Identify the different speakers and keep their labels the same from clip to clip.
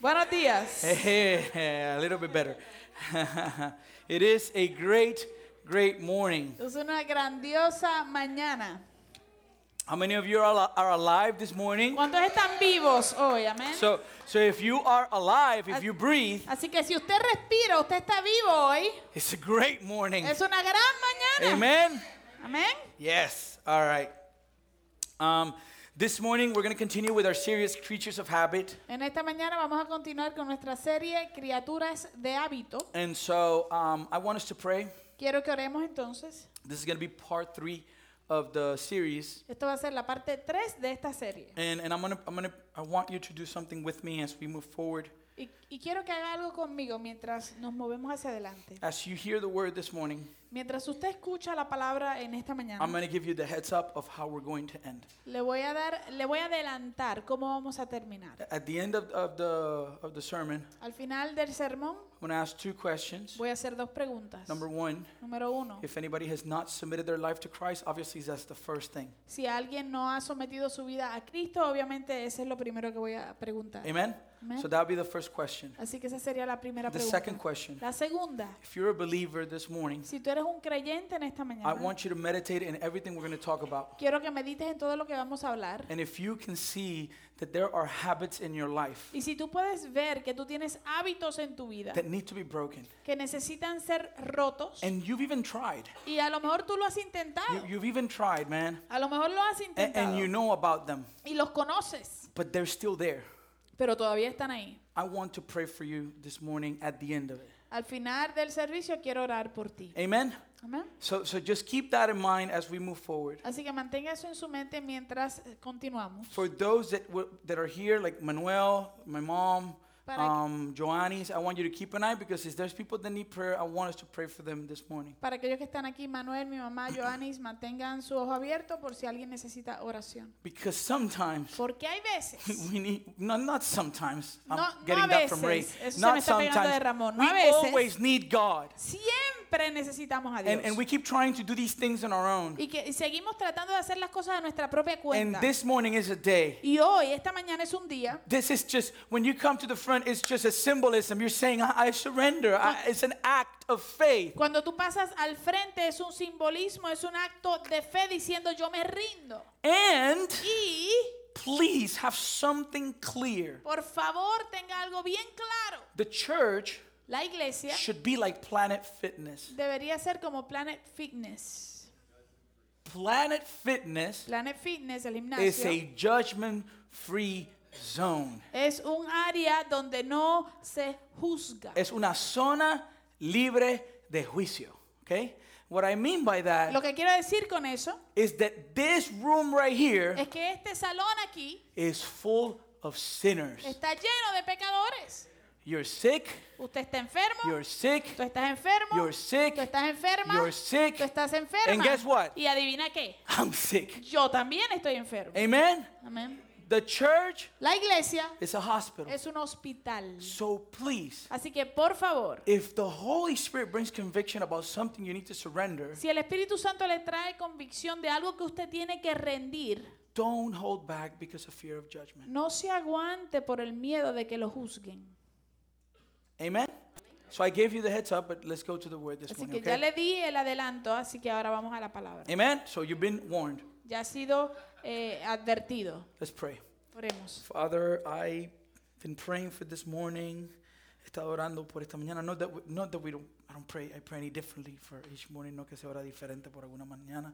Speaker 1: Buenos días.
Speaker 2: Eh. a little bit better. it is a great, great morning.
Speaker 1: Es una grandiosa mañana.
Speaker 2: How many of you are, al- are alive this morning?
Speaker 1: ¿Cuántos están vivos hoy? Amén.
Speaker 2: So, so if you are alive, if you breathe,
Speaker 1: Así que si usted respira, usted está vivo hoy.
Speaker 2: it's a great morning.
Speaker 1: Es una gran mañana.
Speaker 2: Amen.
Speaker 1: Amén.
Speaker 2: Yes. All right. Um, this morning we're going to continue with our series "Creatures of Habit,"
Speaker 1: En esta mañana vamos a continuar con nuestra serie Criaturas de Hábito.
Speaker 2: and so um, I want us to pray.
Speaker 1: Quiero que oremos entonces.
Speaker 2: This is going to be part three of the series,
Speaker 1: Esto va a ser la parte 3 de esta serie.
Speaker 2: and, and I'm gonna I'm gonna I want you to do something with me as we move forward.
Speaker 1: Y, y quiero que haga algo conmigo mientras nos movemos hacia adelante.
Speaker 2: As you hear the word this morning,
Speaker 1: Mientras usted escucha la palabra en esta mañana.
Speaker 2: I'm going to give you the heads up of how we're going to end.
Speaker 1: Le voy a dar, le voy a adelantar cómo vamos a terminar.
Speaker 2: At the end of, of the of the sermon,
Speaker 1: Al final del sermón
Speaker 2: I'm going to ask two questions.
Speaker 1: voy a hacer dos preguntas.
Speaker 2: Number one,
Speaker 1: Número uno,
Speaker 2: if anybody has not submitted their life to Christ, obviously that's the first thing.
Speaker 1: si alguien no ha sometido su vida a Cristo, obviamente ese es lo primero que voy a preguntar.
Speaker 2: Amen.
Speaker 1: Amen.
Speaker 2: So that would be the first question.
Speaker 1: Así que esa sería la primera
Speaker 2: The second
Speaker 1: pregunta.
Speaker 2: question,
Speaker 1: La segunda,
Speaker 2: if you're a believer this morning,
Speaker 1: si tú eres un creyente en esta
Speaker 2: I
Speaker 1: mañana,
Speaker 2: want you to meditate in everything we're going to talk about.
Speaker 1: quiero que medites en todo lo que vamos a hablar.
Speaker 2: And if you can see that there are habits in your life
Speaker 1: Y si tú puedes ver que tú tienes hábitos en tu vida
Speaker 2: that need to be broken,
Speaker 1: que necesitan ser rotos,
Speaker 2: and you've even tried,
Speaker 1: y a lo mejor tú lo has
Speaker 2: you,
Speaker 1: intentado,
Speaker 2: you've even tried, man,
Speaker 1: a lo mejor lo has
Speaker 2: A- and you
Speaker 1: intentado
Speaker 2: know about them,
Speaker 1: y los conoces.
Speaker 2: but they're still there.
Speaker 1: pero todavía están ahí.
Speaker 2: I want to pray for you this morning at the end of it.
Speaker 1: Al final del servicio quiero orar por ti.
Speaker 2: Amen?
Speaker 1: Amén.
Speaker 2: So, so just keep that in mind as we move forward.
Speaker 1: Así que mantenga eso en su mente mientras eh, continuamos.
Speaker 2: For those that, w- that are here, like Manuel, my mom,
Speaker 1: Para-
Speaker 2: um, Joannis, I want you to keep an eye because if there's people that need prayer, I want us to pray for them this morning.
Speaker 1: Para aquellos que están aquí, Manuel, mi mamá, Joannis, mantengan su ojo abierto por si alguien necesita oración.
Speaker 2: Because sometimes
Speaker 1: Porque hay veces,
Speaker 2: we need, no, not sometimes, I'm
Speaker 1: No- no
Speaker 2: getting
Speaker 1: a
Speaker 2: that from Ray.
Speaker 1: veces. Eso se me
Speaker 2: Not
Speaker 1: está pegando
Speaker 2: sometimes.
Speaker 1: de Ramón. No
Speaker 2: we
Speaker 1: a veces.
Speaker 2: always need God.
Speaker 1: siempre necesitamos a Dios.
Speaker 2: And, and we keep trying to do these things on our own.
Speaker 1: y que y seguimos tratando de hacer las cosas a nuestra propia
Speaker 2: And
Speaker 1: cuenta.
Speaker 2: this morning is a day.
Speaker 1: y hoy, esta mañana es un día.
Speaker 2: This is just, when you come to the front, it's just a symbolism. You're saying, I, I surrender. I, it's an act of faith.
Speaker 1: Cuando tú pasas al frente es un simbolismo, es un acto de fe diciendo yo me rindo.
Speaker 2: And
Speaker 1: Y
Speaker 2: please have something clear.
Speaker 1: Por favor, tenga algo bien claro.
Speaker 2: The church
Speaker 1: La iglesia
Speaker 2: should be like Planet Fitness.
Speaker 1: debería ser como Planet Fitness.
Speaker 2: Planet Fitness
Speaker 1: Planet Fitness, el
Speaker 2: is
Speaker 1: gimnasio,
Speaker 2: a judgment free zone.
Speaker 1: es un área donde no se juzga.
Speaker 2: Es una zona libre de juicio. Okay? What I mean by
Speaker 1: Lo
Speaker 2: that
Speaker 1: que quiero decir con eso
Speaker 2: is that this room right here
Speaker 1: es que este salón aquí
Speaker 2: is full of sinners.
Speaker 1: está lleno de pecadores.
Speaker 2: You're sick,
Speaker 1: Usted está enfermo,
Speaker 2: you're sick,
Speaker 1: tú estás enfermo,
Speaker 2: you're sick,
Speaker 1: tú estás enferma,
Speaker 2: you're sick.
Speaker 1: tú estás
Speaker 2: And guess
Speaker 1: enferma.
Speaker 2: what?
Speaker 1: Y adivina qué,
Speaker 2: I'm sick.
Speaker 1: yo también estoy enfermo.
Speaker 2: Amen?
Speaker 1: Amén.
Speaker 2: The church
Speaker 1: La iglesia
Speaker 2: is a hospital.
Speaker 1: es un hospital.
Speaker 2: So please,
Speaker 1: Así que por favor,
Speaker 2: if the Holy Spirit brings conviction about something you need to surrender,
Speaker 1: Si el Espíritu Santo le trae convicción de algo que usted tiene que rendir,
Speaker 2: don't hold back because of fear of judgment.
Speaker 1: no se aguante por el miedo de que lo juzguen.
Speaker 2: Amen? So I gave you the heads up, but let's go to the word this
Speaker 1: Así
Speaker 2: morning.
Speaker 1: que ya
Speaker 2: Okay?
Speaker 1: le di el adelanto, así que ahora vamos a la palabra.
Speaker 2: Amen? So you've been warned.
Speaker 1: Ya ha sido eh, advertido.
Speaker 2: Let's pray.
Speaker 1: Oremos.
Speaker 2: Father, I've been praying for this morning. He estado orando por esta mañana. Not that, we, not that we don't, I don't pray, I pray any differently for each morning. No que se ora diferente por alguna mañana.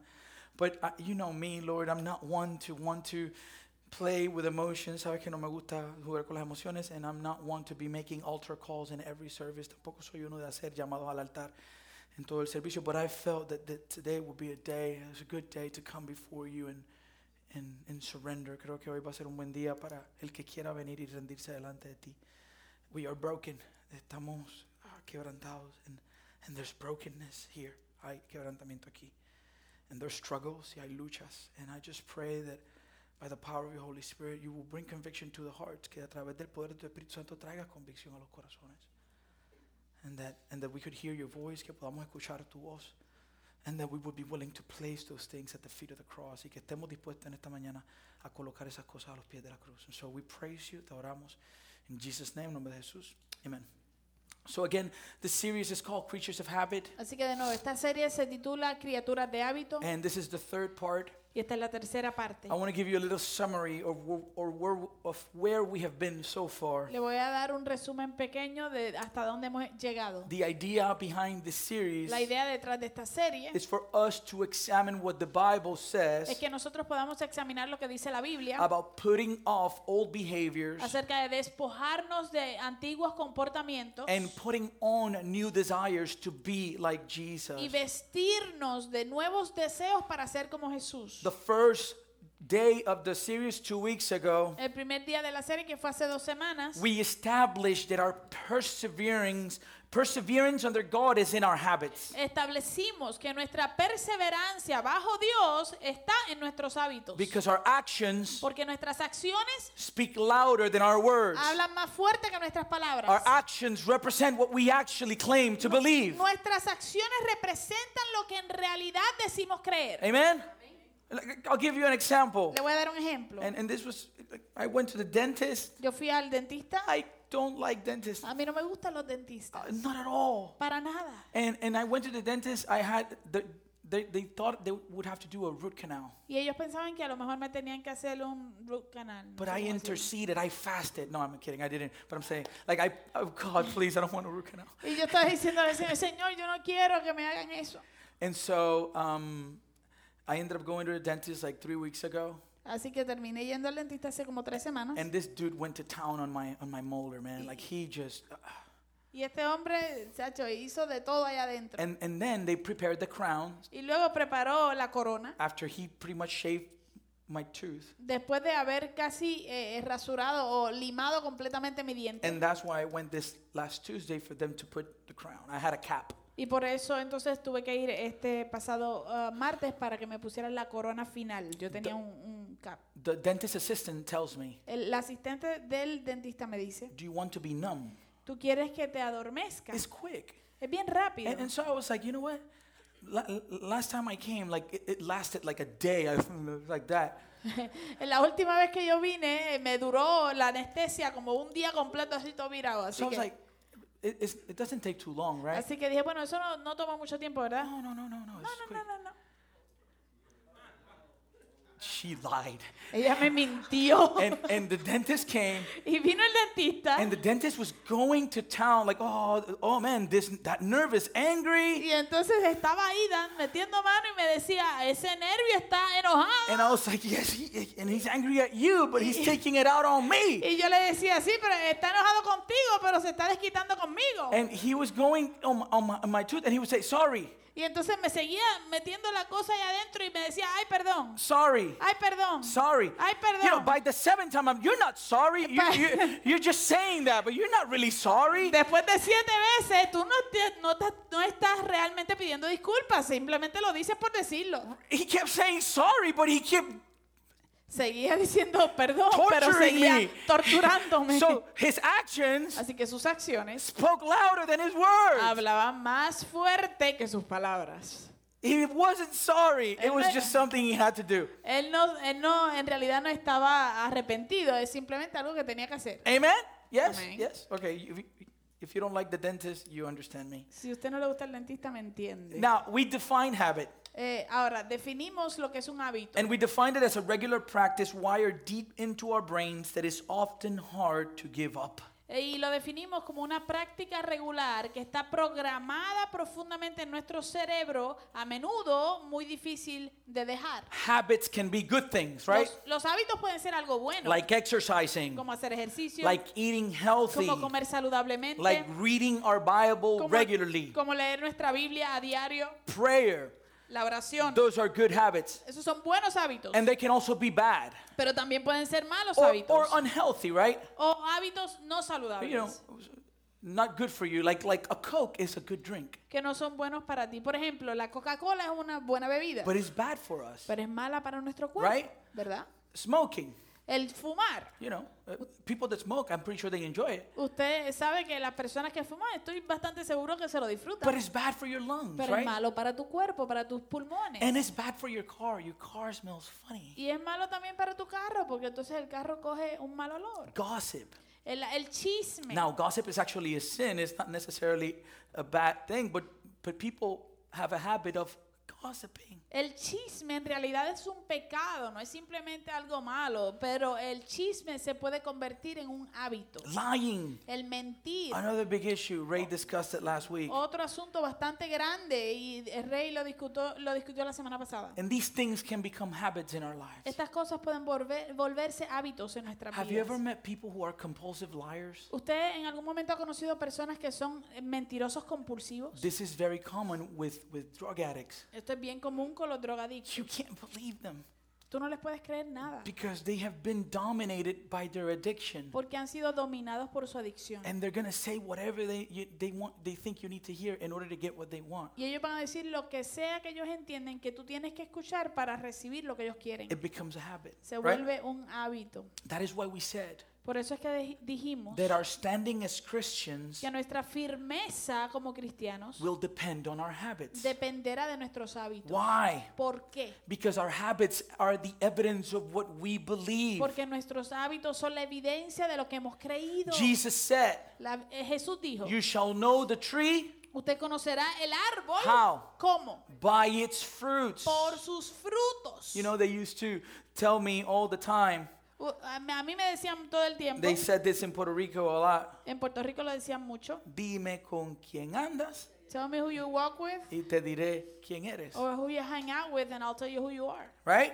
Speaker 2: But I, you know me, Lord, I'm not one to want to play with emotions. Sabes que no me gusta jugar con las emociones. And I'm not one to be making altar calls in every service. Tampoco soy uno de hacer llamados al altar en todo el servicio. But I felt that, that today would be a day, it was a good day to come before you and en, en surrender. Creo que hoy va a ser un buen día para el que quiera venir y rendirse delante de ti. We are broken. Estamos ah, quebrantados. And, and there's brokenness here. Hay quebrantamiento aquí. And there's struggles y hay luchas. And I just pray that by the power of your Holy Spirit, you will bring conviction to the hearts. Que a través del poder de tu Espíritu Santo traigas convicción a los corazones. And that, and that we could hear your voice, que podamos escuchar tu voz. And that we would be willing to place those things at the feet of the cross. Y que estemos dispuestos en esta mañana a colocar esas cosas a los pies de la cruz. And so we praise you, te oramos. In Jesus' name, en nombre de Jesús. Amen. So again, this series is called Creatures of Habit,
Speaker 1: Así que de nuevo, esta serie se titula Criaturas de hábito
Speaker 2: and this is the third part.
Speaker 1: y esta es la tercera parte.
Speaker 2: I want to give you a little summary of, wh- or where, of where we have been so far.
Speaker 1: Le voy a dar un resumen pequeño de hasta dónde hemos llegado.
Speaker 2: The idea behind this series
Speaker 1: La idea detrás de esta serie
Speaker 2: is for us to examine what the Bible
Speaker 1: es
Speaker 2: says
Speaker 1: que nosotros podamos examinar lo que dice la Biblia
Speaker 2: about putting off old behaviors
Speaker 1: acerca de despojarnos de antiguos comportamientos
Speaker 2: and putting on new desires to be like
Speaker 1: y
Speaker 2: Jesus.
Speaker 1: vestirnos de nuevos deseos para ser como Jesús.
Speaker 2: The first day of the series two weeks ago,
Speaker 1: El primer día de la serie que fue hace dos semanas,
Speaker 2: we established that our perseverance, perseverance under God is in our habits.
Speaker 1: establecimos que nuestra perseverancia bajo Dios está en nuestros hábitos.
Speaker 2: Because our actions
Speaker 1: Porque nuestras acciones
Speaker 2: speak louder than our words.
Speaker 1: hablan más fuerte que nuestras
Speaker 2: Our
Speaker 1: palabras.
Speaker 2: actions represent what we actually claim to believe.
Speaker 1: Nuestras acciones representan lo que en realidad decimos creer.
Speaker 2: Amen? Like, I'll give you an example.
Speaker 1: Le voy a dar un ejemplo.
Speaker 2: And, and this was, like, I went to the dentist.
Speaker 1: Yo fui al dentista.
Speaker 2: I don't like dentists.
Speaker 1: A mí no me gustan los
Speaker 2: Uh,
Speaker 1: dentistas.
Speaker 2: Not at all.
Speaker 1: Para nada.
Speaker 2: And, and I went to the dentist. I had, the, they, they thought they would have to do a root canal.
Speaker 1: Y ellos pensaban que a lo mejor me tenían que hacer un root canal. no
Speaker 2: But I
Speaker 1: sé cómo decirlo.
Speaker 2: interceded. I fasted. No, I'm kidding. I didn't. But I'm saying, like, I, oh God, please, I don't want a root canal.
Speaker 1: Y yo estaba diciendo al Señor, Señor, yo no quiero que me hagan eso.
Speaker 2: And so um, I ended up going to the dentist like three weeks ago.
Speaker 1: Así que terminé yendo al dentista hace como tres semanas.
Speaker 2: And this dude went to town on my on my molder, man. Like he just uh,
Speaker 1: y este hombre, chacho, hizo de todo allá adentro.
Speaker 2: and and then they prepared the crown
Speaker 1: y luego preparó la corona.
Speaker 2: after he pretty much shaved my tooth.
Speaker 1: Después de haber casi eh, rasurado o limado completamente mi diente.
Speaker 2: And that's why I went this last Tuesday for them to put the crown. I had a cap.
Speaker 1: y por eso entonces tuve que ir este pasado ah, martes para que me pusieran la corona final. Yo tenía un, un cap.
Speaker 2: The dentist assistant tells me,
Speaker 1: El, la asistente del dentista me dice,
Speaker 2: "Do you want to be numb?"
Speaker 1: tú quieres que te adormezca.
Speaker 2: It's quick.
Speaker 1: es bien rápido.
Speaker 2: And, and so I was like, "You know what? La- l- last time I came, like it, it lasted like a day, I like that."
Speaker 1: la última vez que yo vine eh, me duró la anestesia como un día completo así todo virado. Así,
Speaker 2: So I was
Speaker 1: que,
Speaker 2: like, it, it's, "It doesn't take too long, right?"
Speaker 1: así que dije, bueno, eso no, no toma mucho tiempo, ¿verdad?
Speaker 2: No, no, no, no, no.
Speaker 1: No,
Speaker 2: It's
Speaker 1: no,
Speaker 2: quick.
Speaker 1: no, no, no.
Speaker 2: She lied.
Speaker 1: Ella me mintió.
Speaker 2: and and the dentist came
Speaker 1: y vino el dentista.
Speaker 2: and the dentist was going to town like oh oh man this that nerve is angry
Speaker 1: Y entonces estaba ahí dan- metiendo mano y me decía, ese nervio está enojado.
Speaker 2: and I was like yes he, and he's angry at you but he's taking it out on me
Speaker 1: Y yo le decía, sí, pero está enojado contigo, pero se está desquitando conmigo.
Speaker 2: and he was going on my, on my, on my tooth and he would say sorry
Speaker 1: Y entonces me seguía metiendo la cosa ahí adentro y me decía, ay, perdón,
Speaker 2: sorry
Speaker 1: ay, perdón.
Speaker 2: sorry
Speaker 1: Ay,
Speaker 2: you know
Speaker 1: perdón.
Speaker 2: by the seventh time I'm, you're not sorry you,
Speaker 1: Pa-
Speaker 2: you, you're just saying that but you're not really sorry
Speaker 1: Después de siete veces, tú no, te- no, te- no estás realmente pidiendo disculpas, simplemente lo dices por decirlo.
Speaker 2: he kept saying sorry but he kept
Speaker 1: Seguía diciendo perdón, pero
Speaker 2: Torturing
Speaker 1: seguía
Speaker 2: me.
Speaker 1: torturándome.
Speaker 2: so his actions
Speaker 1: Así que sus acciones
Speaker 2: spoke louder than his words
Speaker 1: hablaban más fuerte que sus palabras.
Speaker 2: He wasn't sorry. It was
Speaker 1: Amen.
Speaker 2: just something he had to do.
Speaker 1: Él no, él no, en realidad no estaba arrepentido, es simplemente algo que tenía que hacer.
Speaker 2: Amen? Yes?
Speaker 1: Amen.
Speaker 2: Yes? Okay. If you, if you don't like the dentist, you understand me.
Speaker 1: Si usted no le gusta el dentista, me entiende.
Speaker 2: Now, we define habit,
Speaker 1: Eh, ahora, definimos lo que es un hábito.
Speaker 2: and we define it as a regular practice wired deep into our brains that is often hard to give up.
Speaker 1: Eh, Y lo definimos como una práctica regular que está programada profundamente en nuestro cerebro, a menudo muy difícil de dejar.
Speaker 2: Habits can be good things, right?
Speaker 1: Los, los hábitos pueden ser algo bueno,
Speaker 2: Like exercising,
Speaker 1: como hacer ejercicio,
Speaker 2: like eating healthy,
Speaker 1: como comer saludablemente,
Speaker 2: like reading our Bible
Speaker 1: como,
Speaker 2: regularly,
Speaker 1: como leer nuestra Biblia a diario,
Speaker 2: prayer.
Speaker 1: la oración.
Speaker 2: Those are good habits.
Speaker 1: Esos son buenos hábitos,
Speaker 2: And they can also be bad
Speaker 1: pero también pueden ser malos
Speaker 2: or,
Speaker 1: hábitos
Speaker 2: or unhealthy, right?
Speaker 1: o hábitos no
Speaker 2: But,
Speaker 1: saludables
Speaker 2: you know, not good for you. Like like a Coke is a good drink,
Speaker 1: que no son buenos para ti. Por ejemplo, la Coca-Cola es una buena bebida,
Speaker 2: but it's bad for us.
Speaker 1: pero es mala para nuestro cuerpo,
Speaker 2: Right?
Speaker 1: ¿verdad?
Speaker 2: Smoking,
Speaker 1: el fumar.
Speaker 2: You know, uh, people that smoke, I'm pretty sure they enjoy it.
Speaker 1: Usted sabe que las personas que fuman, estoy bastante seguro que se lo
Speaker 2: But
Speaker 1: disfrutan.
Speaker 2: it's bad for your lungs,
Speaker 1: Pero es
Speaker 2: right?
Speaker 1: malo para tu cuerpo, para tus pulmones.
Speaker 2: And it's bad for your car. Your car smells funny.
Speaker 1: Y es malo también para tu carro, porque entonces el carro coge un mal olor.
Speaker 2: Gossip.
Speaker 1: El, el chisme.
Speaker 2: Now, gossip is actually a sin. It's not necessarily a bad thing, but but people have a habit of gossiping.
Speaker 1: El chisme en realidad es un pecado, no es simplemente algo malo, pero el chisme se puede convertir en un hábito.
Speaker 2: Lying.
Speaker 1: El mentir,
Speaker 2: Another big issue. Ray discussed it last week.
Speaker 1: otro asunto bastante grande y el rey lo discutió, lo discutió la semana pasada.
Speaker 2: And these things can become habits in our lives.
Speaker 1: Estas cosas pueden volver- volverse hábitos en nuestra
Speaker 2: Have you ever
Speaker 1: vida.
Speaker 2: met people who are compulsive liars?
Speaker 1: ¿Usted en algún momento ha conocido personas que son eh, mentirosos compulsivos?
Speaker 2: This is very common with, with drug addicts.
Speaker 1: Esto es bien común con los drogadictos.
Speaker 2: You can't believe them
Speaker 1: Tú no les puedes creer nada
Speaker 2: because they have been dominated by their addiction.
Speaker 1: porque han sido dominados por su adicción.
Speaker 2: And they're going to say whatever they, you, they want, they think you need to hear in order to get what they want.
Speaker 1: Y ellos van a decir lo que sea que ellos entienden que tú tienes que escuchar para recibir lo que ellos quieren.
Speaker 2: It becomes a habit.
Speaker 1: Se
Speaker 2: Right?
Speaker 1: vuelve un hábito.
Speaker 2: That is why we said
Speaker 1: Por eso es que dij- dijimos
Speaker 2: that our standing as Christians
Speaker 1: que nuestra firmeza como cristianos
Speaker 2: will depend on our habits.
Speaker 1: dependerá de nuestros hábitos.
Speaker 2: Why?
Speaker 1: ¿Por qué?
Speaker 2: Because our habits are the evidence of what we believe.
Speaker 1: Porque nuestros hábitos son la evidencia de lo que hemos creído.
Speaker 2: Jesus said,
Speaker 1: La- eh, Jesús dijo,
Speaker 2: You shall know the tree
Speaker 1: usted conocerá el árbol
Speaker 2: How?
Speaker 1: ¿cómo?
Speaker 2: by its fruits.
Speaker 1: Por sus frutos.
Speaker 2: You know, they used to tell me all the time.
Speaker 1: U- a mí- a mí me decían todo el tiempo,
Speaker 2: They said this in Puerto Rico a lot.
Speaker 1: en Puerto Rico lo decían mucho,
Speaker 2: Dime con quién andas
Speaker 1: tell me who you walk with.
Speaker 2: y te diré quién eres.
Speaker 1: or who you hang out with and I'll tell you who you are.
Speaker 2: Right?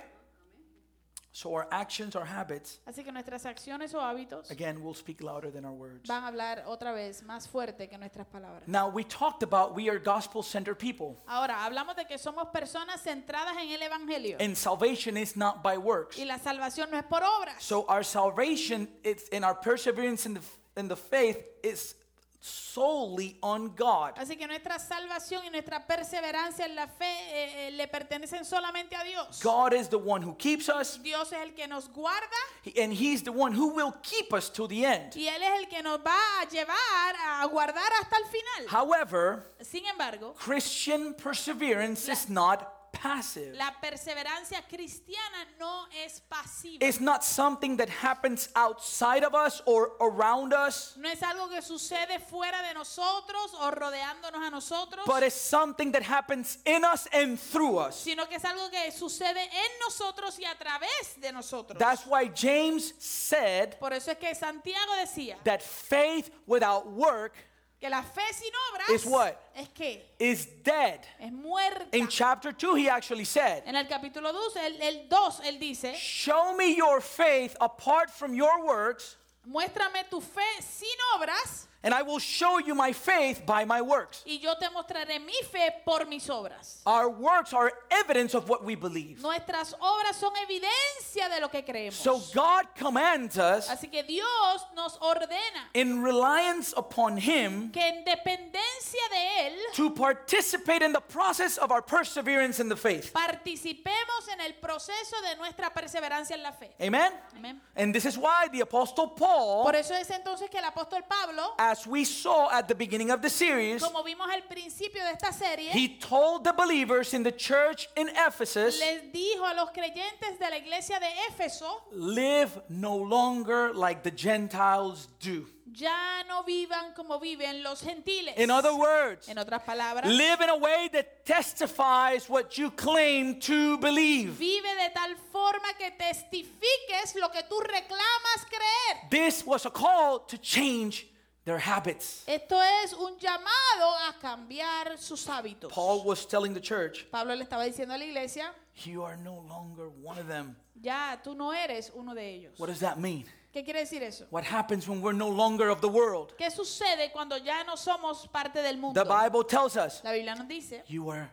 Speaker 2: So our actions, our habits,
Speaker 1: Así que nuestras acciones o hábitos
Speaker 2: again, will speak louder than our words.
Speaker 1: van a hablar otra vez más fuerte que nuestras palabras.
Speaker 2: Now, we talked about we are gospel centered people,
Speaker 1: Ahora, hablamos de que somos personas centradas en el evangelio
Speaker 2: and salvation is not by works.
Speaker 1: y la salvación no es por obras.
Speaker 2: So our salvation it's, and our perseverance in the, in the faith is solely on God.
Speaker 1: Así que nuestra salvación y nuestra perseverancia en la fe eh, eh, le pertenecen solamente a Dios.
Speaker 2: God is the one who keeps us,
Speaker 1: Dios es el que nos guarda
Speaker 2: and He's the one who will keep us to the end.
Speaker 1: y Él es el que nos va a llevar a guardar hasta el final.
Speaker 2: However,
Speaker 1: Sin embargo,
Speaker 2: Christian perseverance is not passive.
Speaker 1: la perseverancia cristiana no es pasiva.
Speaker 2: It's not something that happens outside of us or around us,
Speaker 1: No es algo que sucede fuera de nosotros o rodeándonos a nosotros,
Speaker 2: but it's something that happens in us and through us.
Speaker 1: sino que es algo que sucede en nosotros y a través de nosotros.
Speaker 2: That's why James said
Speaker 1: Por eso es que Santiago decía
Speaker 2: that faith without work
Speaker 1: que la fe sin
Speaker 2: Is what?
Speaker 1: obras es que
Speaker 2: is dead.
Speaker 1: es muerta.
Speaker 2: In chapter 2, he actually said,
Speaker 1: En el capítulo 2, el, el 2, él dice,
Speaker 2: Show me your faith apart from your works,
Speaker 1: muéstrame tu fe sin obras
Speaker 2: and I will show you my faith by my works.
Speaker 1: y yo te mostraré mi fe por mis obras.
Speaker 2: Our works are evidence of what we believe.
Speaker 1: Nuestras obras son evidencia de lo que creemos.
Speaker 2: So God commands us
Speaker 1: Así que Dios nos ordena
Speaker 2: in reliance upon Him
Speaker 1: que en dependencia de Él
Speaker 2: to participate in the process of our perseverance in the faith.
Speaker 1: participemos en el proceso de nuestra perseverancia en la fe.
Speaker 2: Amen?
Speaker 1: Amén.
Speaker 2: And this is why the Apostle Paul,
Speaker 1: Por eso es entonces que el apóstol Pablo,
Speaker 2: as we saw at the beginning of the series,
Speaker 1: como vimos al principio de esta serie,
Speaker 2: he told the believers in the church in Ephesus
Speaker 1: les dijo a los creyentes de la iglesia de Éfeso,
Speaker 2: live no longer like the Gentiles do.
Speaker 1: ya no vivan como viven los gentiles.
Speaker 2: In other words,
Speaker 1: en otras palabras,
Speaker 2: live in a way that testifies what you claim to believe.
Speaker 1: vive de tal forma que testifiques lo que tú reclamas creer.
Speaker 2: This was a call to change their habits.
Speaker 1: Esto es un llamado a cambiar sus hábitos.
Speaker 2: Paul was telling the church,
Speaker 1: Pablo le estaba diciendo a la iglesia,
Speaker 2: You are no longer one of them.
Speaker 1: ya tú no eres uno de ellos.
Speaker 2: What does that mean?
Speaker 1: ¿Qué quiere decir eso?
Speaker 2: What happens when we're no longer of the world?
Speaker 1: ¿Qué sucede cuando ya no somos parte del mundo?
Speaker 2: The Bible tells us,
Speaker 1: La Biblia nos dice
Speaker 2: You are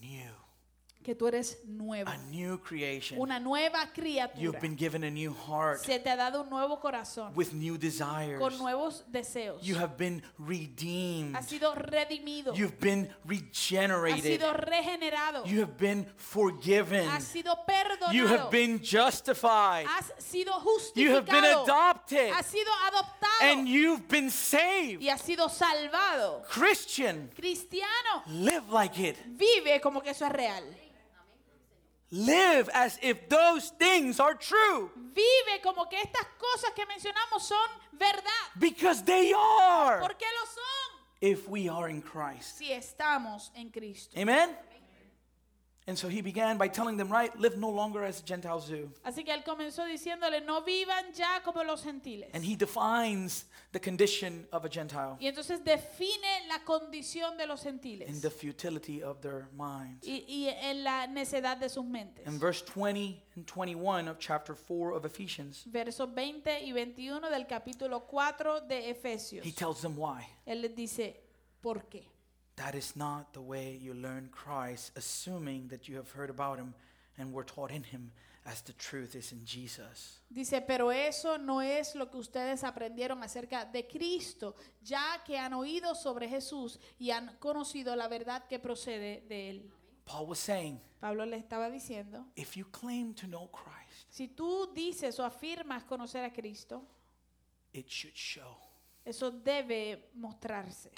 Speaker 2: new.
Speaker 1: que tú eres nuevo,
Speaker 2: a new creation.
Speaker 1: una nueva criatura.
Speaker 2: You've been given a new heart
Speaker 1: Se te ha dado un nuevo corazón
Speaker 2: with new desires.
Speaker 1: con nuevos deseos.
Speaker 2: You have been redeemed.
Speaker 1: Has sido redimido,
Speaker 2: You've been
Speaker 1: has
Speaker 2: regenerated.
Speaker 1: sido regenerado,
Speaker 2: You have been forgiven.
Speaker 1: has sido
Speaker 2: You have
Speaker 1: perdonado,
Speaker 2: been justified.
Speaker 1: has sido
Speaker 2: You have been
Speaker 1: justificado,
Speaker 2: adopted.
Speaker 1: has sido adoptado
Speaker 2: And you've been saved.
Speaker 1: y has sido salvado.
Speaker 2: Christian,
Speaker 1: Cristiano,
Speaker 2: live like it.
Speaker 1: vive como que eso es real.
Speaker 2: Live as if those things are true
Speaker 1: Vive como que estas cosas que mencionamos son verdad.
Speaker 2: because they are.
Speaker 1: ¿Por qué lo son?
Speaker 2: If we are in Christ.
Speaker 1: Si estamos en Cristo.
Speaker 2: Amen? And so he began by telling them, right, live no longer as Gentiles do.
Speaker 1: Así que él comenzó diciéndole, no vivan ya como los gentiles.
Speaker 2: And he defines the condition of a Gentile
Speaker 1: Y entonces define la condición de los
Speaker 2: and
Speaker 1: gentiles
Speaker 2: the futility of their minds.
Speaker 1: y, y en la necedad de sus mentes.
Speaker 2: In verse 20 and 21 of chapter 4 of Ephesians,
Speaker 1: Versos 20 y 21 del capítulo 4 de Efesios.
Speaker 2: he tells them why.
Speaker 1: Él les dice, ¿por qué?
Speaker 2: That is not the way you learn Christ, assuming that you have heard about him and were taught in him as the truth is in Jesus.
Speaker 1: Dice, pero eso no es lo que ustedes aprendieron acerca de Cristo, ya que han oído sobre Jesús y han conocido la verdad que procede de él.
Speaker 2: Paul was saying,
Speaker 1: Pablo le estaba diciendo,
Speaker 2: if you claim to know Christ,
Speaker 1: si tú dices o afirmas conocer a Cristo,
Speaker 2: it should show.
Speaker 1: eso debe mostrarse.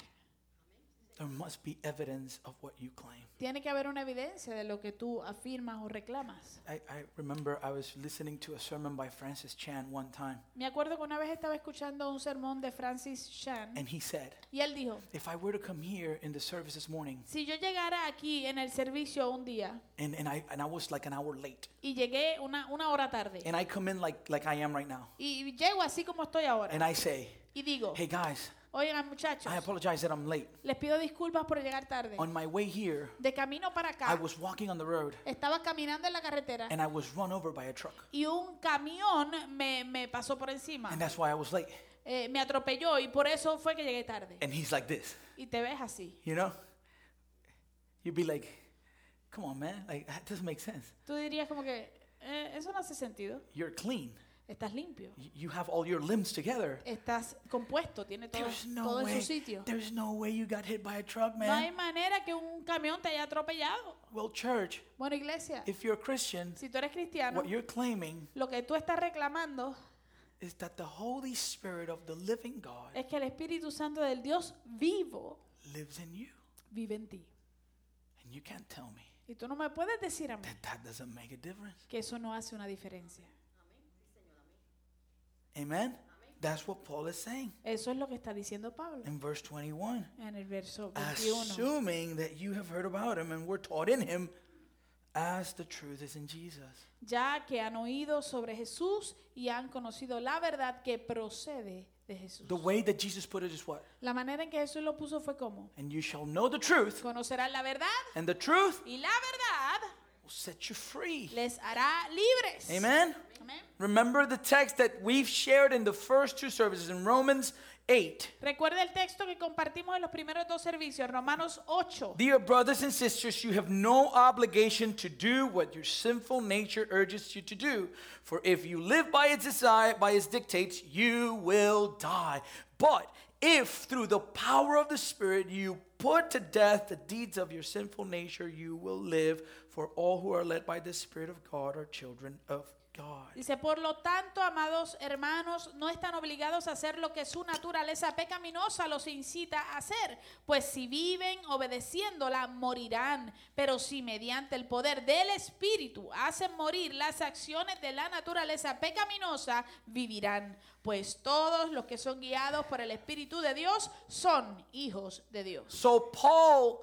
Speaker 2: There must be evidence of what you claim.
Speaker 1: Tiene que haber una evidencia de lo que tú afirmas o reclamas.
Speaker 2: I, I remember I was listening to a sermon by Francis Chan one time,
Speaker 1: Me acuerdo que una vez estaba escuchando un sermón de Francis Chan
Speaker 2: and he said,
Speaker 1: y él dijo,
Speaker 2: If I were to come here in the service this morning,
Speaker 1: si yo llegara aquí en el servicio un día
Speaker 2: and, and, I, and I was like an hour late,
Speaker 1: y llegué una, una hora tarde,
Speaker 2: and I come in like, like I am right now,
Speaker 1: Y llego así como estoy ahora.
Speaker 2: and I say,
Speaker 1: Y digo,
Speaker 2: Hey guys,
Speaker 1: oigan muchachos,
Speaker 2: I apologize that I'm late.
Speaker 1: les pido disculpas por llegar tarde.
Speaker 2: On my way here,
Speaker 1: De camino para
Speaker 2: I
Speaker 1: acá,
Speaker 2: was walking on the road
Speaker 1: estaba caminando en la carretera
Speaker 2: and I was run over by a truck.
Speaker 1: y un camión me, me pasó por encima.
Speaker 2: And that's why I was late.
Speaker 1: Eh, me atropelló y por eso fue que llegué tarde.
Speaker 2: And he's like this,
Speaker 1: Y te ves así.
Speaker 2: you know? You'd be like, come on, man. Like, that doesn't make sense.
Speaker 1: Tú dirías como que, "Eh, eso no hace sentido.
Speaker 2: You're clean.
Speaker 1: Estás limpio.
Speaker 2: Y- You have all your limbs together.
Speaker 1: Estás compuesto, tiene todo,
Speaker 2: There's no
Speaker 1: todo en
Speaker 2: way.
Speaker 1: su sitio.
Speaker 2: There's no way you got hit by a truck,
Speaker 1: No hay
Speaker 2: man.
Speaker 1: manera que un camión te haya atropellado.
Speaker 2: Well, church,
Speaker 1: Bueno, iglesia,
Speaker 2: if you're a Christian,
Speaker 1: si tú eres cristiano,
Speaker 2: what you're claiming
Speaker 1: lo que tú estás reclamando
Speaker 2: is that the Holy Spirit of the living God
Speaker 1: es que el Espíritu Santo del Dios vivo
Speaker 2: lives in you.
Speaker 1: vive en ti.
Speaker 2: And you can't tell me
Speaker 1: Y tú no me puedes decir a mí
Speaker 2: that that doesn't make a difference.
Speaker 1: que eso no hace una diferencia.
Speaker 2: Amen? That's what Paul is saying
Speaker 1: Eso es lo que está diciendo Pablo
Speaker 2: in verse 21.
Speaker 1: en el verso
Speaker 2: Ah,
Speaker 1: 21.
Speaker 2: assuming that you have heard about him and were taught in him as the truth is in Jesus.
Speaker 1: Ya que han oído sobre Jesús y han conocido la verdad que procede de Jesús.
Speaker 2: The way that Jesus put it is what?
Speaker 1: La manera en que Jesús lo puso fue como,
Speaker 2: And you shall know the truth,
Speaker 1: conocerán la verdad
Speaker 2: and the truth
Speaker 1: y la verdad
Speaker 2: will set you free.
Speaker 1: les hará libres.
Speaker 2: Amen.
Speaker 1: Amén.
Speaker 2: Remember the text that we've shared in the first two services in Romans 8.
Speaker 1: Recuerda el texto que compartimos en los primeros dos servicios, Romanos 8.
Speaker 2: Dear brothers and sisters, you have no obligation to do what your sinful nature urges you to do. For if you live by its desire, by its dictates, you will die. But if through the power of the Spirit you put to death the deeds of your sinful nature, you will live. For all who are led by the Spirit of God are children of God.
Speaker 1: Dice, por lo tanto, amados hermanos, no están obligados a hacer lo que su naturaleza pecaminosa los incita a hacer, pues si viven obedeciéndola, morirán, pero si mediante el poder del Espíritu hacen morir las acciones de la naturaleza pecaminosa, vivirán, pues todos los que son guiados por el Espíritu de Dios son hijos de Dios.
Speaker 2: So, Paul,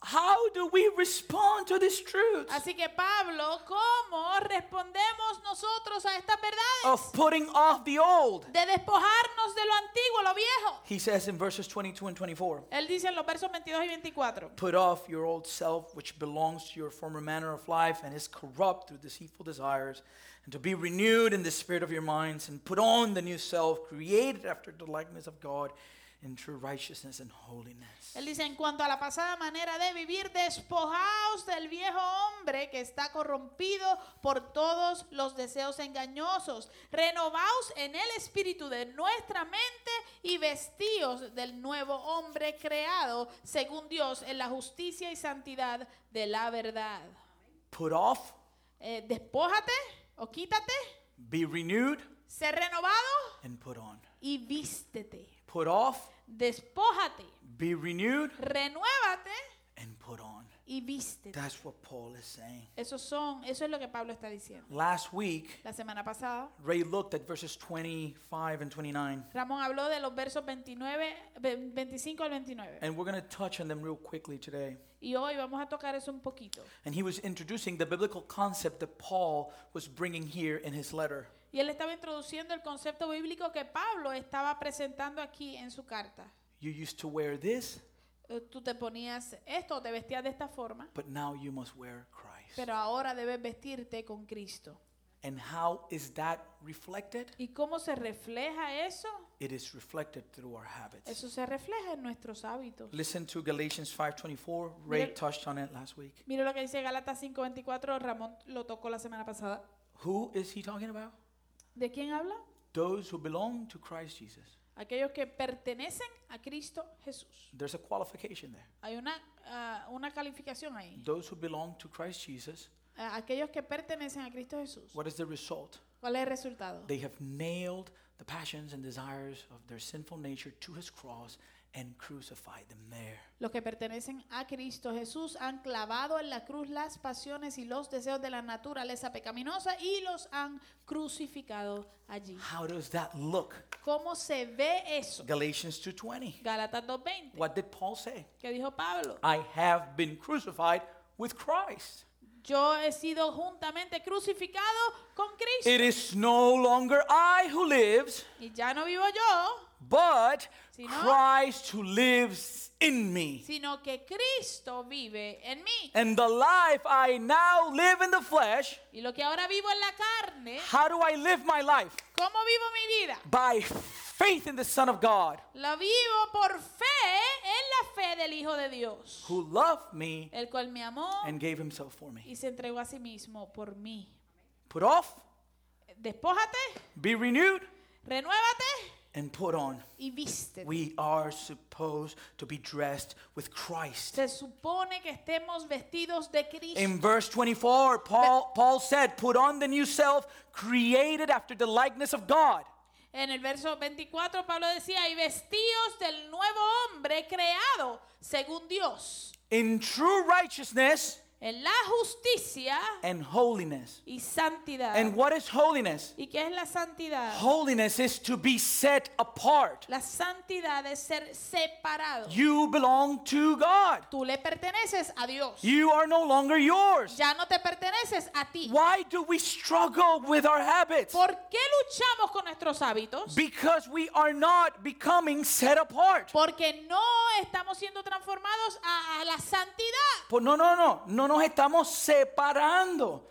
Speaker 2: how do we respond to this truth
Speaker 1: Así que Pablo, ¿cómo respondemos nosotros a estas verdades?
Speaker 2: of putting off the old?
Speaker 1: de despojarnos de lo antiguo, lo viejo.
Speaker 2: He says in verses 22 and 24.
Speaker 1: Él dice en los versos 22 y 24.
Speaker 2: Put off your old self, which belongs to your former manner of life and is corrupt through deceitful desires, and to be renewed in the spirit of your minds and put on the new self created after the likeness of God in true righteousness and holiness.
Speaker 1: Él dice, en cuanto a la pasada manera de vivir, despojaos del viejo hombre que está corrompido por todos los deseos engañosos. Renovaos en el espíritu de nuestra mente y vestíos del nuevo hombre creado según Dios en la justicia y santidad de la verdad.
Speaker 2: Put off,
Speaker 1: Eh, despójate o quítate,
Speaker 2: be renewed,
Speaker 1: sé renovado
Speaker 2: and put on.
Speaker 1: y vístete.
Speaker 2: Put off,
Speaker 1: Despójate,
Speaker 2: be renewed,
Speaker 1: renuévate
Speaker 2: and put on.
Speaker 1: y vístete.
Speaker 2: That's what Paul is saying.
Speaker 1: Esos son, eso es lo que Pablo está diciendo.
Speaker 2: Last week,
Speaker 1: La semana pasada,
Speaker 2: Ray looked at verses 25 and 29,
Speaker 1: Ramón habló de los versos 29, ve- 25 al 29.
Speaker 2: and we're going to touch on them real quickly today.
Speaker 1: Y hoy vamos a tocar eso un poquito.
Speaker 2: And he was introducing the biblical concept that Paul was bringing here in his letter.
Speaker 1: Y él estaba introduciendo el concepto bíblico que Pablo estaba presentando aquí en su carta.
Speaker 2: You used to wear this,
Speaker 1: Eh, Tú te ponías esto, te vestías de esta forma,
Speaker 2: but now you must wear Christ.
Speaker 1: pero ahora debes vestirte con Cristo.
Speaker 2: And how is that reflected?
Speaker 1: ¿Y cómo se refleja eso?
Speaker 2: It is reflected through our habits.
Speaker 1: Eso se refleja en nuestros hábitos.
Speaker 2: Listen to Galatians 5:24. Ray
Speaker 1: Mira-
Speaker 2: touched on it last week.
Speaker 1: Mira lo que dice Gálatas 5:24, Ramón lo tocó la semana pasada.
Speaker 2: Who is he talking about?
Speaker 1: ¿De quién habla?
Speaker 2: Those who belong to Christ Jesus.
Speaker 1: Aquellos que pertenecen a Cristo Jesús.
Speaker 2: There's a qualification there.
Speaker 1: Hay una, ah, una calificación ahí.
Speaker 2: Those who belong to Christ Jesus,
Speaker 1: A- aquellos que pertenecen a Cristo Jesús.
Speaker 2: what is the result?
Speaker 1: ¿Cuál es el resultado?
Speaker 2: They have nailed the passions and desires of their sinful nature to his cross and crucified them there.
Speaker 1: Los que pertenecen a Cristo Jesús han clavado en la cruz las pasiones y los deseos de la naturaleza pecaminosa y los han crucificado allí.
Speaker 2: How does that look?
Speaker 1: ¿Cómo se ve eso?
Speaker 2: Galatians 2:20.
Speaker 1: Gálatas 2.20.
Speaker 2: What did Paul say?
Speaker 1: ¿Qué dijo Pablo?
Speaker 2: I have been crucified with Christ.
Speaker 1: Yo he sido juntamente crucificado con Cristo.
Speaker 2: It is no longer I who lives,
Speaker 1: Y ya no vivo yo,
Speaker 2: but
Speaker 3: Si
Speaker 1: no-
Speaker 2: Christ who lives in me.
Speaker 1: sino que Cristo vive en mí.
Speaker 2: And the life I now live in the flesh,
Speaker 1: Y lo que ahora vivo en la carne,
Speaker 2: how do I live my life?
Speaker 1: ¿cómo vivo mi vida?
Speaker 2: By faith in the Son of God,
Speaker 1: La vivo por fe en la fe del Hijo de Dios,
Speaker 2: who loved me
Speaker 1: el cual me amó
Speaker 2: and gave himself for me.
Speaker 1: y se entregó a sí mismo por mí.
Speaker 2: Put off,
Speaker 1: Despójate,
Speaker 2: be renewed,
Speaker 1: renuévate
Speaker 2: and put on.
Speaker 1: y vístete.
Speaker 2: We are supposed to be dressed with Christ.
Speaker 1: Se supone que estemos vestidos de Cristo.
Speaker 2: In verse 24, Paul, Paul said, Put on the new self created after the likeness of God.
Speaker 1: En el verso 24 Pablo decía, y vestidos del nuevo hombre creado según Dios,
Speaker 2: in true righteousness
Speaker 1: en la justicia
Speaker 2: and holiness.
Speaker 1: y santidad.
Speaker 2: And what is holiness?
Speaker 1: ¿Y qué es la santidad?
Speaker 2: Holiness is to be set apart.
Speaker 1: La santidad es ser separado.
Speaker 2: You belong to God.
Speaker 1: Tú le perteneces a Dios.
Speaker 2: You are no longer yours.
Speaker 1: Ya no te perteneces a ti.
Speaker 2: Why do we struggle with our habits?
Speaker 1: ¿Por qué luchamos con nuestros hábitos?
Speaker 2: Because we are not becoming set apart.
Speaker 1: Porque no estamos siendo transformados a, a la santidad.
Speaker 2: Pues no, no, no, no nos estamos separando.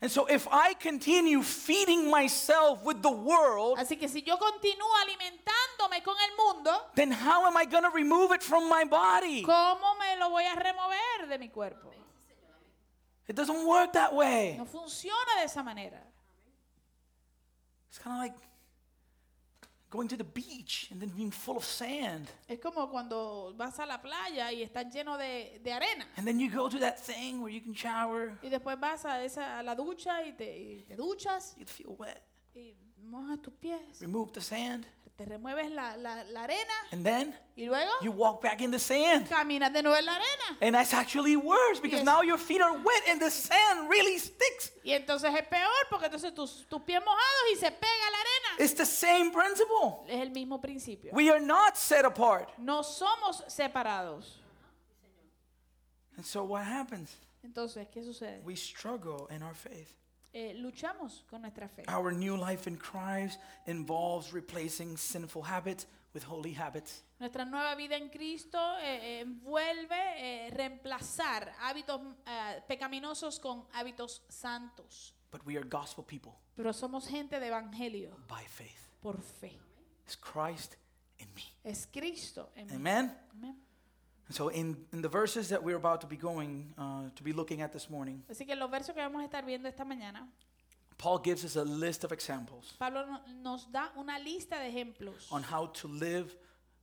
Speaker 2: And so if I continue feeding myself with the world,
Speaker 1: Así que si yo continúo alimentándome con el mundo,
Speaker 2: then how am I going to remove it from my body?
Speaker 1: ¿cómo me lo voy a remover de mi cuerpo?
Speaker 2: It doesn't work that way.
Speaker 1: No funciona de esa manera.
Speaker 2: It's kind of like going to the beach and then being full of sand.
Speaker 1: Es como cuando vas a la playa y estás lleno de, de arena.
Speaker 2: And then you go to that thing where you can shower,
Speaker 1: Y después vas a, esa, a la ducha y te, y te duchas
Speaker 2: you feel wet,
Speaker 1: y mojas tus pies.
Speaker 2: remove the sand,
Speaker 1: Te remueves la, la- la arena
Speaker 2: and then
Speaker 1: y luego
Speaker 2: you walk back in the sand.
Speaker 1: caminas de nuevo en la arena.
Speaker 2: And that's actually worse because
Speaker 1: Yes.
Speaker 2: now your feet are wet and the sand really sticks.
Speaker 1: Y entonces es peor porque entonces tus, tus pies mojados y se pega la arena.
Speaker 2: It's the same principle.
Speaker 1: Es el mismo principio.
Speaker 2: We are not set apart.
Speaker 1: No somos separados.
Speaker 2: And so what happens?
Speaker 1: Entonces, ¿qué sucede?
Speaker 2: We struggle in our faith.
Speaker 1: Eh, luchamos con nuestra fe.
Speaker 2: Our new life in Christ involves replacing sinful habits with holy habits.
Speaker 1: Nuestra nueva vida en Cristo eh, eh, envuelve eh, reemplazar hábitos eh, pecaminosos con hábitos santos.
Speaker 2: but we are gospel people
Speaker 1: pero somos gente de evangelio
Speaker 2: by faith.
Speaker 1: por fe.
Speaker 2: It's Christ in me.
Speaker 1: Es Cristo en mí.
Speaker 2: Amen.
Speaker 1: Amén.
Speaker 2: And so, in, in the verses that we're about to be going uh, to be looking at this morning,
Speaker 1: Así que los versos que vamos a estar viendo esta mañana,
Speaker 2: Paul gives us a list of examples
Speaker 1: Pablo no- nos da una lista de ejemplos
Speaker 2: on how to live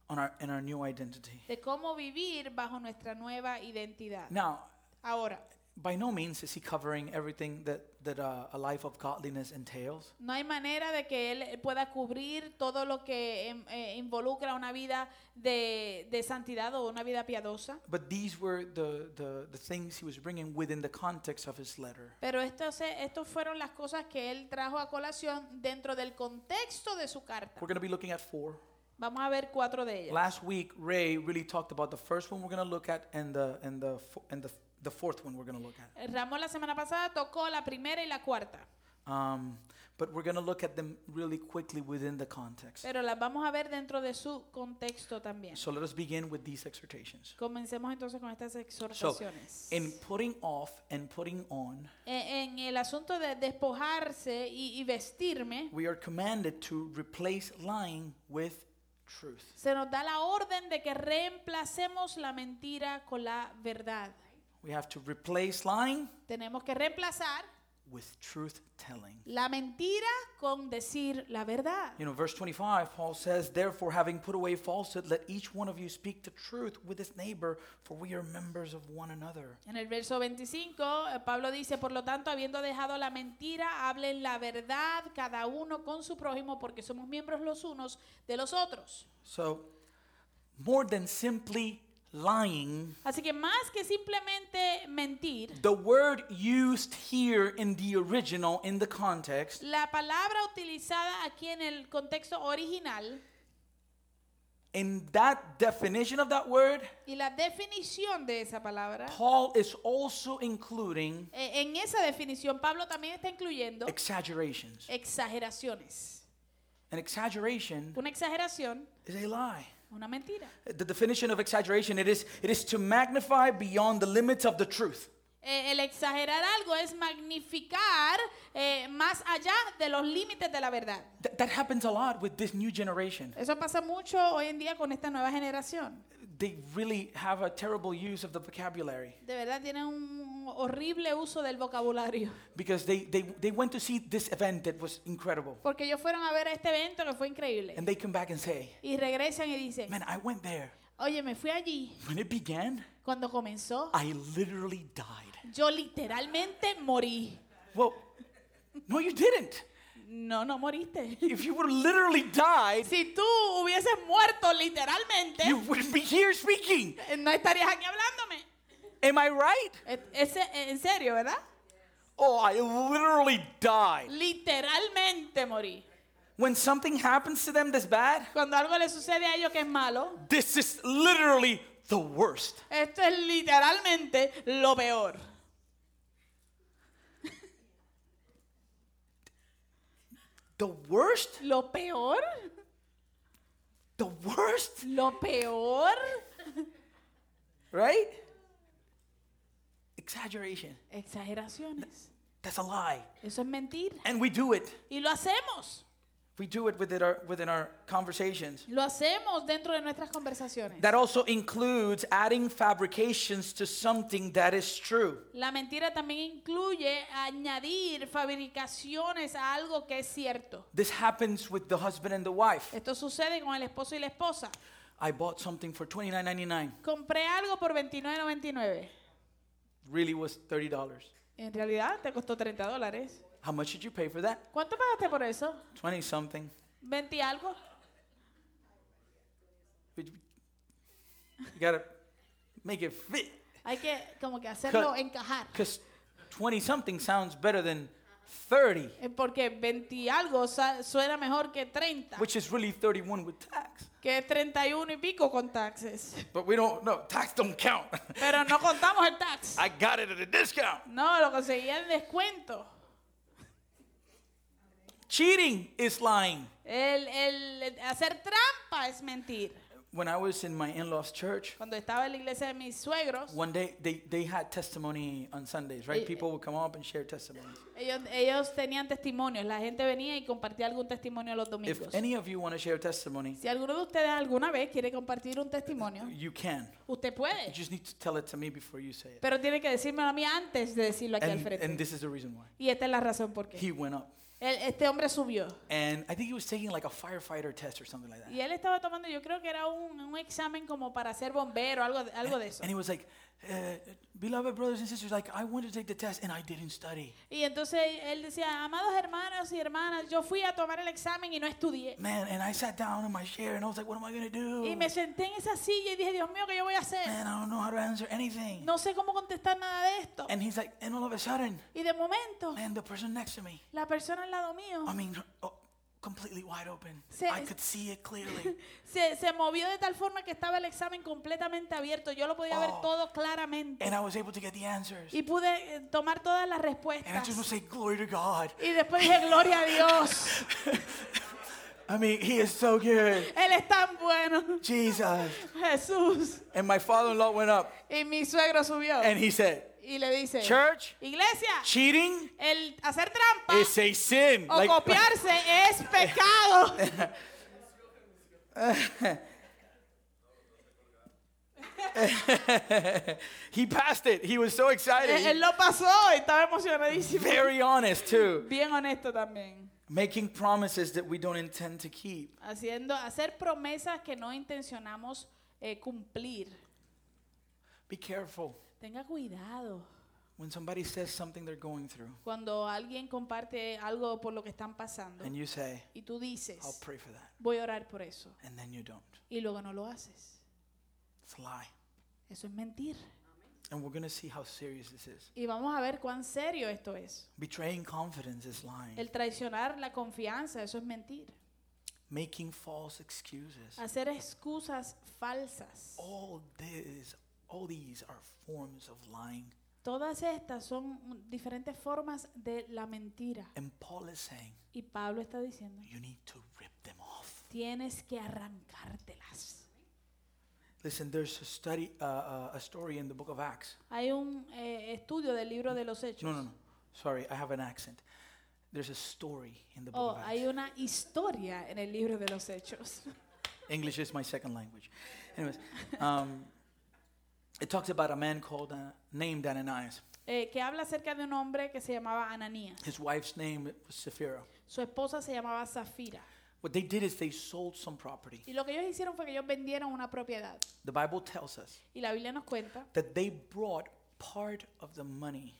Speaker 2: on our, in our new identity.
Speaker 1: de cómo vivir bajo nuestra nueva identidad.
Speaker 2: Now,
Speaker 1: Ahora,
Speaker 2: by no means is he covering everything that, that uh, a life of godliness entails.
Speaker 1: no hay manera de que él pueda cubrir todo lo que em, eh, involucra una vida de, de santidad o una vida piadosa,
Speaker 2: But these were the, the, the things he was bringing within the context of his letter.
Speaker 1: pero estos, eh, estos fueron las cosas que él trajo a colación dentro del contexto de su carta.
Speaker 2: We're going to be looking at four.
Speaker 1: Vamos a ver cuatro de ellas.
Speaker 2: Last week, Ray really talked about the first one we're going to look at and the, and the, fo- and the, the fourth one we're going to look at.
Speaker 1: Ramón la semana pasada tocó la primera y la cuarta,
Speaker 2: Um, but we're going to look at them really quickly within the context.
Speaker 1: pero las vamos a ver dentro de su contexto también.
Speaker 2: So let us begin with these exhortations.
Speaker 1: Comencemos entonces con estas exhortaciones.
Speaker 2: In putting off and putting on,
Speaker 1: E- en, el asunto de despojarse y, y vestirme,
Speaker 2: we are commanded to replace lying with truth.
Speaker 1: se nos da la orden de que reemplacemos la mentira con la verdad.
Speaker 2: We have to replace lying
Speaker 1: Tenemos que reemplazar
Speaker 2: with truth telling.
Speaker 1: la mentira con decir la verdad.
Speaker 2: You know, verse 25, Paul says, Therefore, having put away falsehood, let each one of you speak the truth with his neighbor, for we are members of one another.
Speaker 1: En el verso 25, eh, Pablo dice, por lo tanto, habiendo dejado la mentira, hablen la verdad cada uno con su prójimo, porque somos miembros los unos de los otros.
Speaker 2: So, more than simply lying,
Speaker 1: Así que más que simplemente mentir,
Speaker 2: the word used here in the original, in the context,
Speaker 1: La palabra utilizada aquí en el contexto original
Speaker 2: in that definition of that word,
Speaker 1: y la definición de esa palabra,
Speaker 2: Paul is also including
Speaker 1: eh, en esa definición Pablo también está incluyendo
Speaker 2: exaggerations.
Speaker 1: exageraciones.
Speaker 2: An exaggeration
Speaker 1: Una exageración,
Speaker 2: is a lie.
Speaker 1: una mentira.
Speaker 2: The definition of exaggeration it is it is to magnify beyond the limits of the truth.
Speaker 1: Eh, el exagerar algo es magnificar eh, más allá de los límites de la verdad.
Speaker 2: Th- that happens a lot with this new generation.
Speaker 1: Eso pasa mucho hoy en día con esta nueva generación.
Speaker 2: They really have a terrible use of the vocabulary
Speaker 1: De verdad tienen un horrible uso del vocabulario.
Speaker 2: because they, they, they went to see this event that was incredible.
Speaker 1: Porque ellos fueron a ver este evento que fue increíble.
Speaker 2: And they come back and say,
Speaker 1: Y regresan y dicen,
Speaker 2: Man, I went there.
Speaker 1: Oye, me fui allí
Speaker 2: When it began,
Speaker 1: cuando comenzó.
Speaker 2: I literally died.
Speaker 1: Yo literalmente morí.
Speaker 2: Well, no, you didn't.
Speaker 1: No, no moriste.
Speaker 2: If you would literally died,
Speaker 1: Si tú hubieses muerto literalmente,
Speaker 2: you wouldn't be here speaking.
Speaker 1: eh, no estarías aquí hablándome.
Speaker 2: Am I right?
Speaker 1: E- ese- eh, en serio, ¿verdad?
Speaker 2: Oh, I literally died.
Speaker 1: Literalmente morí.
Speaker 2: When something happens to them this bad,
Speaker 1: Cuando algo le sucede a ellos que es malo,
Speaker 2: this is literally the worst.
Speaker 1: esto es literalmente lo peor.
Speaker 2: The worst?
Speaker 1: ¿Lo peor?
Speaker 2: The worst?
Speaker 1: ¿Lo peor?
Speaker 2: Right? Exaggeration.
Speaker 1: Exageraciones.
Speaker 2: That's a lie.
Speaker 1: Eso es mentir.
Speaker 2: And we do it.
Speaker 1: Y lo hacemos.
Speaker 2: We do it within our, within our conversations.
Speaker 1: Lo hacemos dentro de nuestras conversaciones.
Speaker 2: That also includes adding fabrications to something that is true.
Speaker 1: La mentira también incluye añadir fabricaciones a algo que es cierto.
Speaker 2: This happens with the husband and the wife.
Speaker 1: Esto sucede con el esposo y la esposa.
Speaker 2: I bought something for $29.99.
Speaker 1: Compré algo por 29.99.
Speaker 2: Really was $30.
Speaker 1: En realidad te costó 30 dólares.
Speaker 2: How much did you pay for that?
Speaker 1: ¿Cuánto pagaste por eso?
Speaker 2: 20 something.
Speaker 1: ¿20 algo?
Speaker 2: But You you gotta make it fit.
Speaker 1: Hay que como que hacerlo
Speaker 2: Cut.
Speaker 1: encajar.
Speaker 2: Because 20 something sounds better than 30,
Speaker 1: Eh, Porque 20 algo sa- suena mejor que 30,
Speaker 2: which is really 31 with tax.
Speaker 1: que es 31 y pico con taxes.
Speaker 2: But we don't, no, tax don't count.
Speaker 1: Pero no contamos el tax.
Speaker 2: I got it at a discount.
Speaker 1: No, lo conseguí en descuento.
Speaker 2: Cheating is lying.
Speaker 1: El, el- el hacer trampa es mentir.
Speaker 2: when I was in my in-laws church,
Speaker 1: Cuando estaba en la iglesia de mis suegros,
Speaker 2: one day they, they had testimony on Sundays, right?
Speaker 1: Eh,
Speaker 2: People would come up and share testimonies.
Speaker 1: ellos, ellos tenían testimonios. La gente venía y compartía algún testimonio los
Speaker 2: If
Speaker 1: domingos.
Speaker 2: any of you want to share testimony,
Speaker 1: Si alguno de ustedes alguna vez quiere compartir un testimonio,
Speaker 2: you can.
Speaker 1: usted
Speaker 2: You
Speaker 1: puede.
Speaker 2: just need to tell it to me before you say it.
Speaker 1: Pero tiene que decírmelo a mí antes de decirlo aquí al
Speaker 2: And, and
Speaker 1: frente.
Speaker 2: this is the reason why.
Speaker 1: Y esta es la razón por qué.
Speaker 2: He went up.
Speaker 1: Él- este hombre subió.
Speaker 2: And I think he was taking like a firefighter test or something like that.
Speaker 1: Y él estaba tomando, yo creo que era un, un examen como para ser bombero, algo, de- algo de eso.
Speaker 2: And he was like, uh, beloved brothers and sisters, like I wanted to take the test and I didn't study.
Speaker 1: Y entonces él decía, amados hermanos y hermanas, yo fui a tomar el examen y no estudié.
Speaker 2: Man, and I sat down in my chair and I was like, what am I gonna do?
Speaker 1: Y me senté en esa silla y dije, Dios mío, ¿qué yo voy a hacer?
Speaker 2: Man, I don't know how to answer anything.
Speaker 1: No sé cómo contestar nada de esto.
Speaker 2: And he's like, and all of a sudden,
Speaker 1: Y de momento,
Speaker 2: man, the person next to me,
Speaker 1: la persona al lado mío
Speaker 2: I mean, oh, completely wide open.
Speaker 1: Se-
Speaker 2: I could see it clearly.
Speaker 1: se, se movió de tal forma que estaba el examen completamente abierto. Yo lo podía ver
Speaker 2: Oh.
Speaker 1: todo claramente.
Speaker 2: and I was able to get the answers.
Speaker 1: Y pude eh, tomar todas las
Speaker 2: And I
Speaker 1: respuestas.
Speaker 2: just would say, glory to God.
Speaker 1: Y después dije, gloria a Dios.
Speaker 2: I mean, he is so good.
Speaker 1: Él es tan bueno.
Speaker 2: Jesus.
Speaker 1: Jesús.
Speaker 2: And my father-in-law went up
Speaker 1: Y mi suegro subió.
Speaker 2: and he said,
Speaker 1: Y le dice,
Speaker 2: church,
Speaker 1: iglesia,
Speaker 2: cheating
Speaker 1: el hacer trampa
Speaker 2: is a sin.
Speaker 1: o copiarse es pecado.
Speaker 2: he passed it. He was so excited.
Speaker 1: él, él lo pasó y estaba emocionadísimo.
Speaker 2: Very honest too.
Speaker 1: Bien honesto también.
Speaker 2: Making promises that we don't intend to keep.
Speaker 1: Haciendo, hacer promesas que no intencionamos eh, cumplir.
Speaker 2: Be careful
Speaker 1: Tenga cuidado.
Speaker 2: when somebody says something they're going through
Speaker 1: Cuando alguien comparte algo por lo que están pasando
Speaker 2: and you say,
Speaker 1: y tú dices,
Speaker 2: I'll pray for that,
Speaker 1: voy a orar por eso,
Speaker 2: and then you don't.
Speaker 1: y luego no lo haces.
Speaker 2: It's a lie.
Speaker 1: Eso es mentir.
Speaker 2: And we're going to see how serious this is.
Speaker 1: Y vamos a ver cuán serio esto es.
Speaker 2: Betraying confidence is lying.
Speaker 1: El traicionar la confianza, eso es mentir.
Speaker 2: Making false excuses.
Speaker 1: Hacer excusas falsas.
Speaker 2: All this, all these are forms of lying.
Speaker 1: Todas estas son mm, diferentes formas de la mentira.
Speaker 2: And Paul is saying,
Speaker 1: Y Pablo está diciendo,
Speaker 2: you need to rip them off.
Speaker 1: tienes que arrancártelas.
Speaker 2: Listen, there's a study, uh, uh, a story in the book of Acts.
Speaker 1: Hay un eh, estudio del libro de los hechos.
Speaker 2: No, no, no. Sorry, I have an accent. There's a story in the book
Speaker 1: Oh,
Speaker 2: of Acts.
Speaker 1: hay una historia en el libro de los hechos.
Speaker 2: English is my second language. Anyways, um, it talks about a man called uh, named Ananias.
Speaker 1: eh, que habla acerca de un hombre que se llamaba Ananías.
Speaker 2: His wife's name was Sapphira.
Speaker 1: Su esposa se llamaba Zafira.
Speaker 2: What they did is they sold some property.
Speaker 1: Y lo que ellos hicieron fue que ellos vendieron una propiedad.
Speaker 2: The Bible tells us
Speaker 1: Y la Biblia nos cuenta
Speaker 2: that they brought part of the money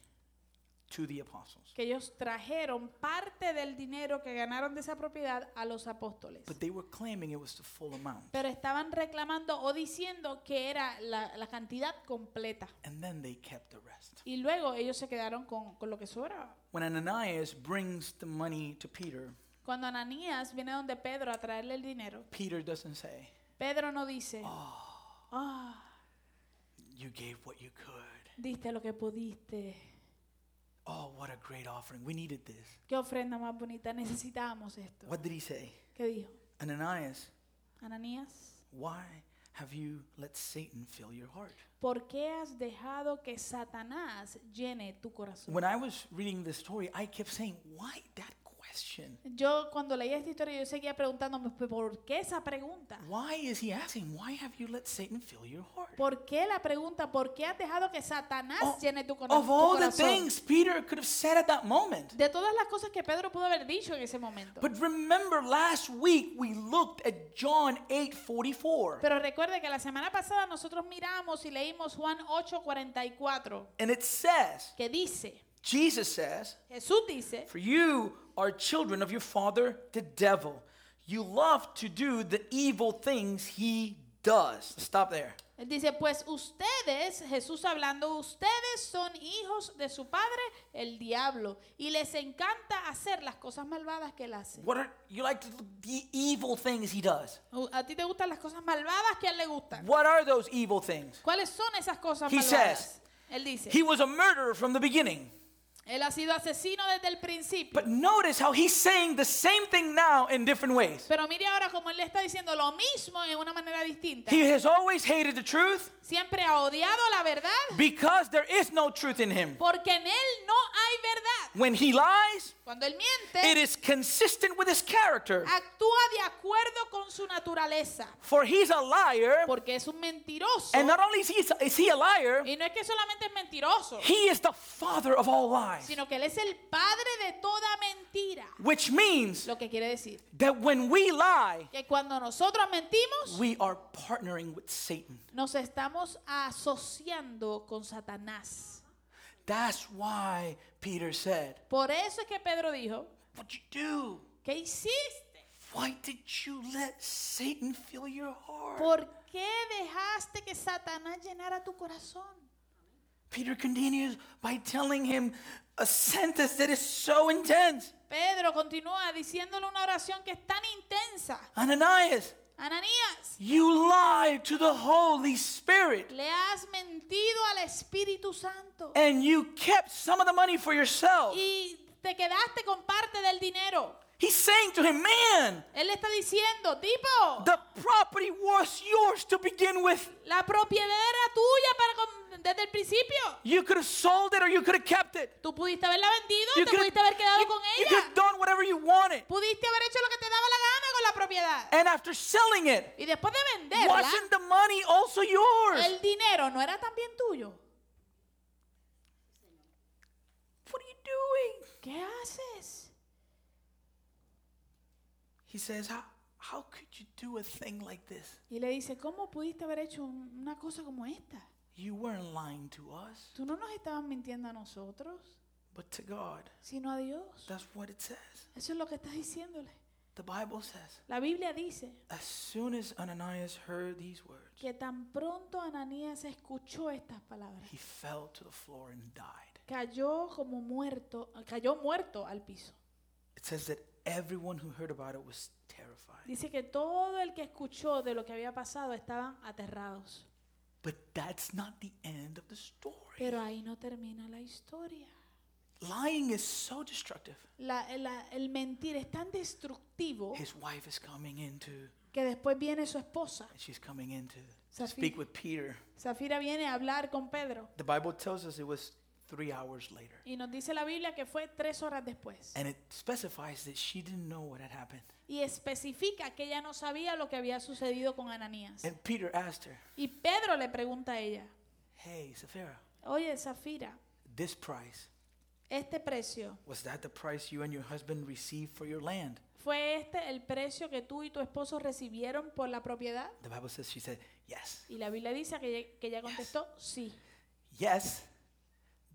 Speaker 2: to the apostles,
Speaker 1: que ellos trajeron parte del dinero que ganaron de esa propiedad a los apóstoles.
Speaker 2: but they were claiming it was the full amount.
Speaker 1: Pero estaban reclamando o diciendo que era la, la cantidad completa.
Speaker 2: And then they kept the rest.
Speaker 1: Y luego ellos se quedaron con, con lo que sobraba.
Speaker 2: When Ananias brings the money to Peter,
Speaker 1: Cuando Ananías viene donde Pedro a traerle el dinero,
Speaker 2: Peter doesn't say,
Speaker 1: Pedro no dice,
Speaker 2: Oh.
Speaker 1: ah,
Speaker 2: You gave what you could.
Speaker 1: diste lo que pudiste.
Speaker 2: Oh, what a great offering. We needed this.
Speaker 1: Qué ofrenda más bonita, necesitábamos esto.
Speaker 2: What did he say?
Speaker 1: ¿Qué dijo?
Speaker 2: Ananias,
Speaker 1: Ananías,
Speaker 2: why have you let Satan fill your heart?
Speaker 1: ¿por qué has dejado que Satanás llene tu corazón?
Speaker 2: When I was reading this story, I kept saying, Why that question?
Speaker 1: Yo cuando leía esta historia yo seguía preguntándome, "Pero ¿por qué esa pregunta?
Speaker 2: Why is he asking, Why have you let Satan fill your heart?
Speaker 1: ¿Por qué la pregunta? ¿Por qué has dejado que Satanás
Speaker 2: Oh,
Speaker 1: llene tu, cora-
Speaker 2: Of
Speaker 1: tu
Speaker 2: all the
Speaker 1: corazón?
Speaker 2: things Peter could have said at that moment.
Speaker 1: De todas las cosas que Pedro pudo haber dicho en ese momento.
Speaker 2: But remember, last week we looked at John 8 44.
Speaker 1: Pero recuerde que la semana pasada nosotros miramos y leímos Juan 8:44,
Speaker 2: And it says,
Speaker 1: que dice,
Speaker 2: Jesus says,
Speaker 1: Jesús dice,
Speaker 2: For you are children of your father, the devil. You love to do the evil things he does. Stop there.
Speaker 1: él dice, pues ustedes, Jesús hablando, ustedes son hijos de su padre, el diablo, y les encanta hacer las cosas malvadas que él hace.
Speaker 2: What are you like to do the evil things he does?
Speaker 1: Uh, ¿A ti te gustan las cosas malvadas que a él le gustan?
Speaker 2: What are those evil things?
Speaker 1: ¿Cuáles son esas cosas
Speaker 2: He
Speaker 1: malvadas?
Speaker 2: says,
Speaker 1: él dice,
Speaker 2: He was a murderer from the beginning.
Speaker 1: Él ha sido asesino desde el principio.
Speaker 2: But notice how he's saying the same thing now in different ways.
Speaker 1: Pero mire ahora como él le está diciendo lo mismo en una manera distinta.
Speaker 2: He has always hated the truth
Speaker 1: Siempre ha odiado la verdad
Speaker 2: because there is no truth in him.
Speaker 1: porque en él no hay verdad.
Speaker 2: When he lies,
Speaker 1: Cuando él
Speaker 2: it
Speaker 1: miente,
Speaker 2: is consistent with his character.
Speaker 1: actúa de acuerdo con su naturaleza
Speaker 2: For he's a liar,
Speaker 1: porque es un mentiroso.
Speaker 2: and not only is he, is he a liar,
Speaker 1: Y no es que solamente es mentiroso,
Speaker 2: he is the father of all lies.
Speaker 1: sino que él es el padre de toda mentira.
Speaker 2: Which means
Speaker 1: Lo que quiere decir
Speaker 2: that when we lie,
Speaker 1: que cuando nosotros mentimos,
Speaker 2: we are partnering with Satan.
Speaker 1: nos estamos asociando con Satanás.
Speaker 2: That's why Peter said,
Speaker 1: Por eso es que Pedro dijo,
Speaker 2: What you do?
Speaker 1: ¿qué hiciste?
Speaker 2: Why did you let Satan fill your heart?
Speaker 1: ¿Por qué dejaste que Satanás llenara tu corazón?
Speaker 2: Peter continues by telling him a sentence that is so intense.
Speaker 1: Pedro continúa diciéndole una oración que es tan intensa.
Speaker 2: Ananias,
Speaker 1: Ananías,
Speaker 2: you lied to the Holy Spirit
Speaker 1: le has mentido al Espíritu Santo
Speaker 2: and you kept some of the money for yourself.
Speaker 1: y te quedaste con parte del dinero.
Speaker 2: He's saying to him, Man,
Speaker 1: Él le está diciendo, tipo,
Speaker 2: the property was yours to begin with.
Speaker 1: la propiedad era tuya para con- desde el principio.
Speaker 2: You could have sold it or you could have kept it.
Speaker 1: Tú pudiste haberla vendido,
Speaker 2: You
Speaker 1: te
Speaker 2: could-
Speaker 1: pudiste haber quedado con
Speaker 2: You could
Speaker 1: ella.
Speaker 2: have done whatever you wanted.
Speaker 1: Pudiste haber hecho lo que te daba la gana con la propiedad.
Speaker 2: And after selling it,
Speaker 1: Y después de venderla,
Speaker 2: wasn't the money also yours?
Speaker 1: el dinero no era también tuyo.
Speaker 2: What are you doing?
Speaker 1: ¿Qué haces?
Speaker 2: He says, How, how could you do a thing like this?
Speaker 1: Y le dice, ¿cómo pudiste haber hecho un- una cosa como esta?
Speaker 2: You weren't lying to us,
Speaker 1: Tú no nos estabas mintiendo a nosotros,
Speaker 2: but to God.
Speaker 1: sino a Dios.
Speaker 2: That's what it says.
Speaker 1: Eso es lo que está diciéndole.
Speaker 2: The Bible says,
Speaker 1: La Biblia dice
Speaker 2: As soon as Ananias heard these words,
Speaker 1: que tan pronto Ananías escuchó estas palabras,
Speaker 2: he fell to the floor and died.
Speaker 1: cayó como muerto, cayó muerto al piso.
Speaker 2: It says that everyone who heard about it was terrified.
Speaker 1: Dice que todo el que escuchó de lo que había pasado estaban aterrados.
Speaker 2: But that's not the end of the story.
Speaker 1: Pero ahí no termina la historia.
Speaker 2: Lying is so destructive.
Speaker 1: La- la- el mentir es tan destructivo
Speaker 2: His wife is coming into,
Speaker 1: que después viene su esposa.
Speaker 2: and she's coming into to
Speaker 1: Safira.
Speaker 2: speak with Peter.
Speaker 1: Zafira viene a hablar con Pedro
Speaker 2: The Bible tells us it was three hours later.
Speaker 1: y nos dice la Biblia que fue tres horas después.
Speaker 2: And it specifies that she didn't know what had happened.
Speaker 1: Y especifica que ella no sabía lo que había sucedido con Ananías.
Speaker 2: And Peter asked her,
Speaker 1: Y Pedro le pregunta a ella,
Speaker 2: Hey, Sapphira,
Speaker 1: oye, Zafira,
Speaker 2: this price,
Speaker 1: este precio,
Speaker 2: was that the price you and your husband received for your land?
Speaker 1: ¿fue este el precio que tú y tu esposo recibieron por la propiedad?
Speaker 2: The Bible says she said, Yes,
Speaker 1: Y la Biblia dice que ella, que ella contestó, sí,
Speaker 2: yes,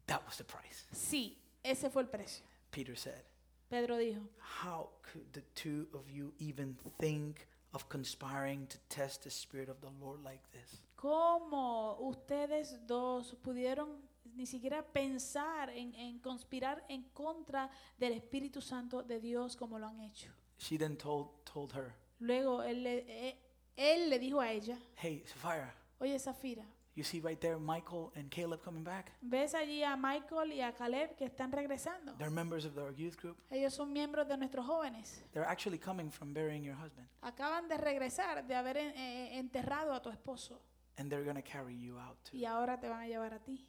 Speaker 2: that was the price.
Speaker 1: sí, ese fue el precio.
Speaker 2: Peter said,
Speaker 1: Pedro dijo,
Speaker 2: How could the two of you even think of conspiring to test the Spirit of the Lord like this?
Speaker 1: ¿cómo ustedes dos pudieron ni siquiera pensar en, en conspirar en contra del Espíritu Santo de Dios como lo han hecho?
Speaker 2: She then told, told her,
Speaker 1: Luego él le, eh, él le dijo a ella,
Speaker 2: Hey, Sapphira,
Speaker 1: oye, Zafira,
Speaker 2: you see right there Michael and Caleb coming back?
Speaker 1: ¿Ves allí a Michael y a Caleb que están regresando?
Speaker 2: They're members of our youth group.
Speaker 1: Ellos son miembros de nuestros jóvenes.
Speaker 2: They're actually coming from burying your husband,
Speaker 1: Acaban de regresar de haber en- eh, enterrado a tu esposo
Speaker 2: and they're going to carry you out too.
Speaker 1: y ahora te van a llevar a ti.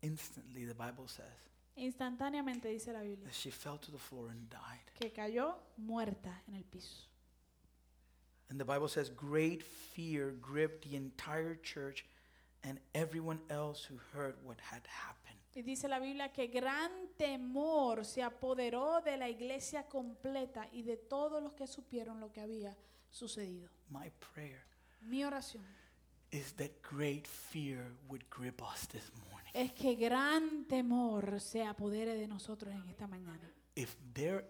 Speaker 2: Instantly, the Bible says
Speaker 1: Instantáneamente dice la Biblia
Speaker 2: that she fell to the floor and died.
Speaker 1: que cayó muerta en el piso.
Speaker 2: And the Bible says, great fear gripped the entire church and everyone else who heard what had happened.
Speaker 1: Y dice la Biblia que gran temor se apoderó de la iglesia completa y de todos los que supieron lo que había sucedido.
Speaker 2: My prayer
Speaker 1: Mi oración
Speaker 2: is that great fear would grip us this morning.
Speaker 1: es que gran temor se apodere de nosotros en esta mañana.
Speaker 2: If there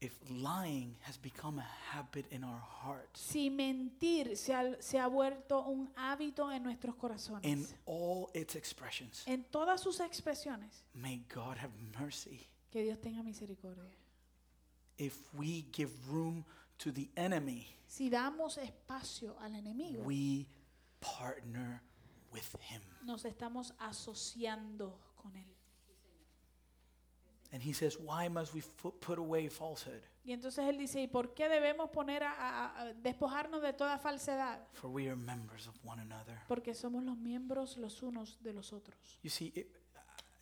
Speaker 2: if lying has become a habit in our hearts,
Speaker 1: Si mentir se ha, se ha vuelto un hábito en nuestros
Speaker 2: in
Speaker 1: corazones,
Speaker 2: all its expressions,
Speaker 1: en todas sus expresiones,
Speaker 2: may God have mercy.
Speaker 1: que Dios tenga misericordia.
Speaker 2: If we give room to the enemy,
Speaker 1: Si damos espacio al enemigo,
Speaker 2: we partner with him.
Speaker 1: nos estamos asociando con él.
Speaker 2: And he says, Why must we fu- put away falsehood?
Speaker 1: Y entonces él dice, ¿y por qué debemos poner a, a- a- despojarnos de toda falsedad?
Speaker 2: For we are members of one another.
Speaker 1: Porque somos los miembros los unos de los otros.
Speaker 2: You see, it,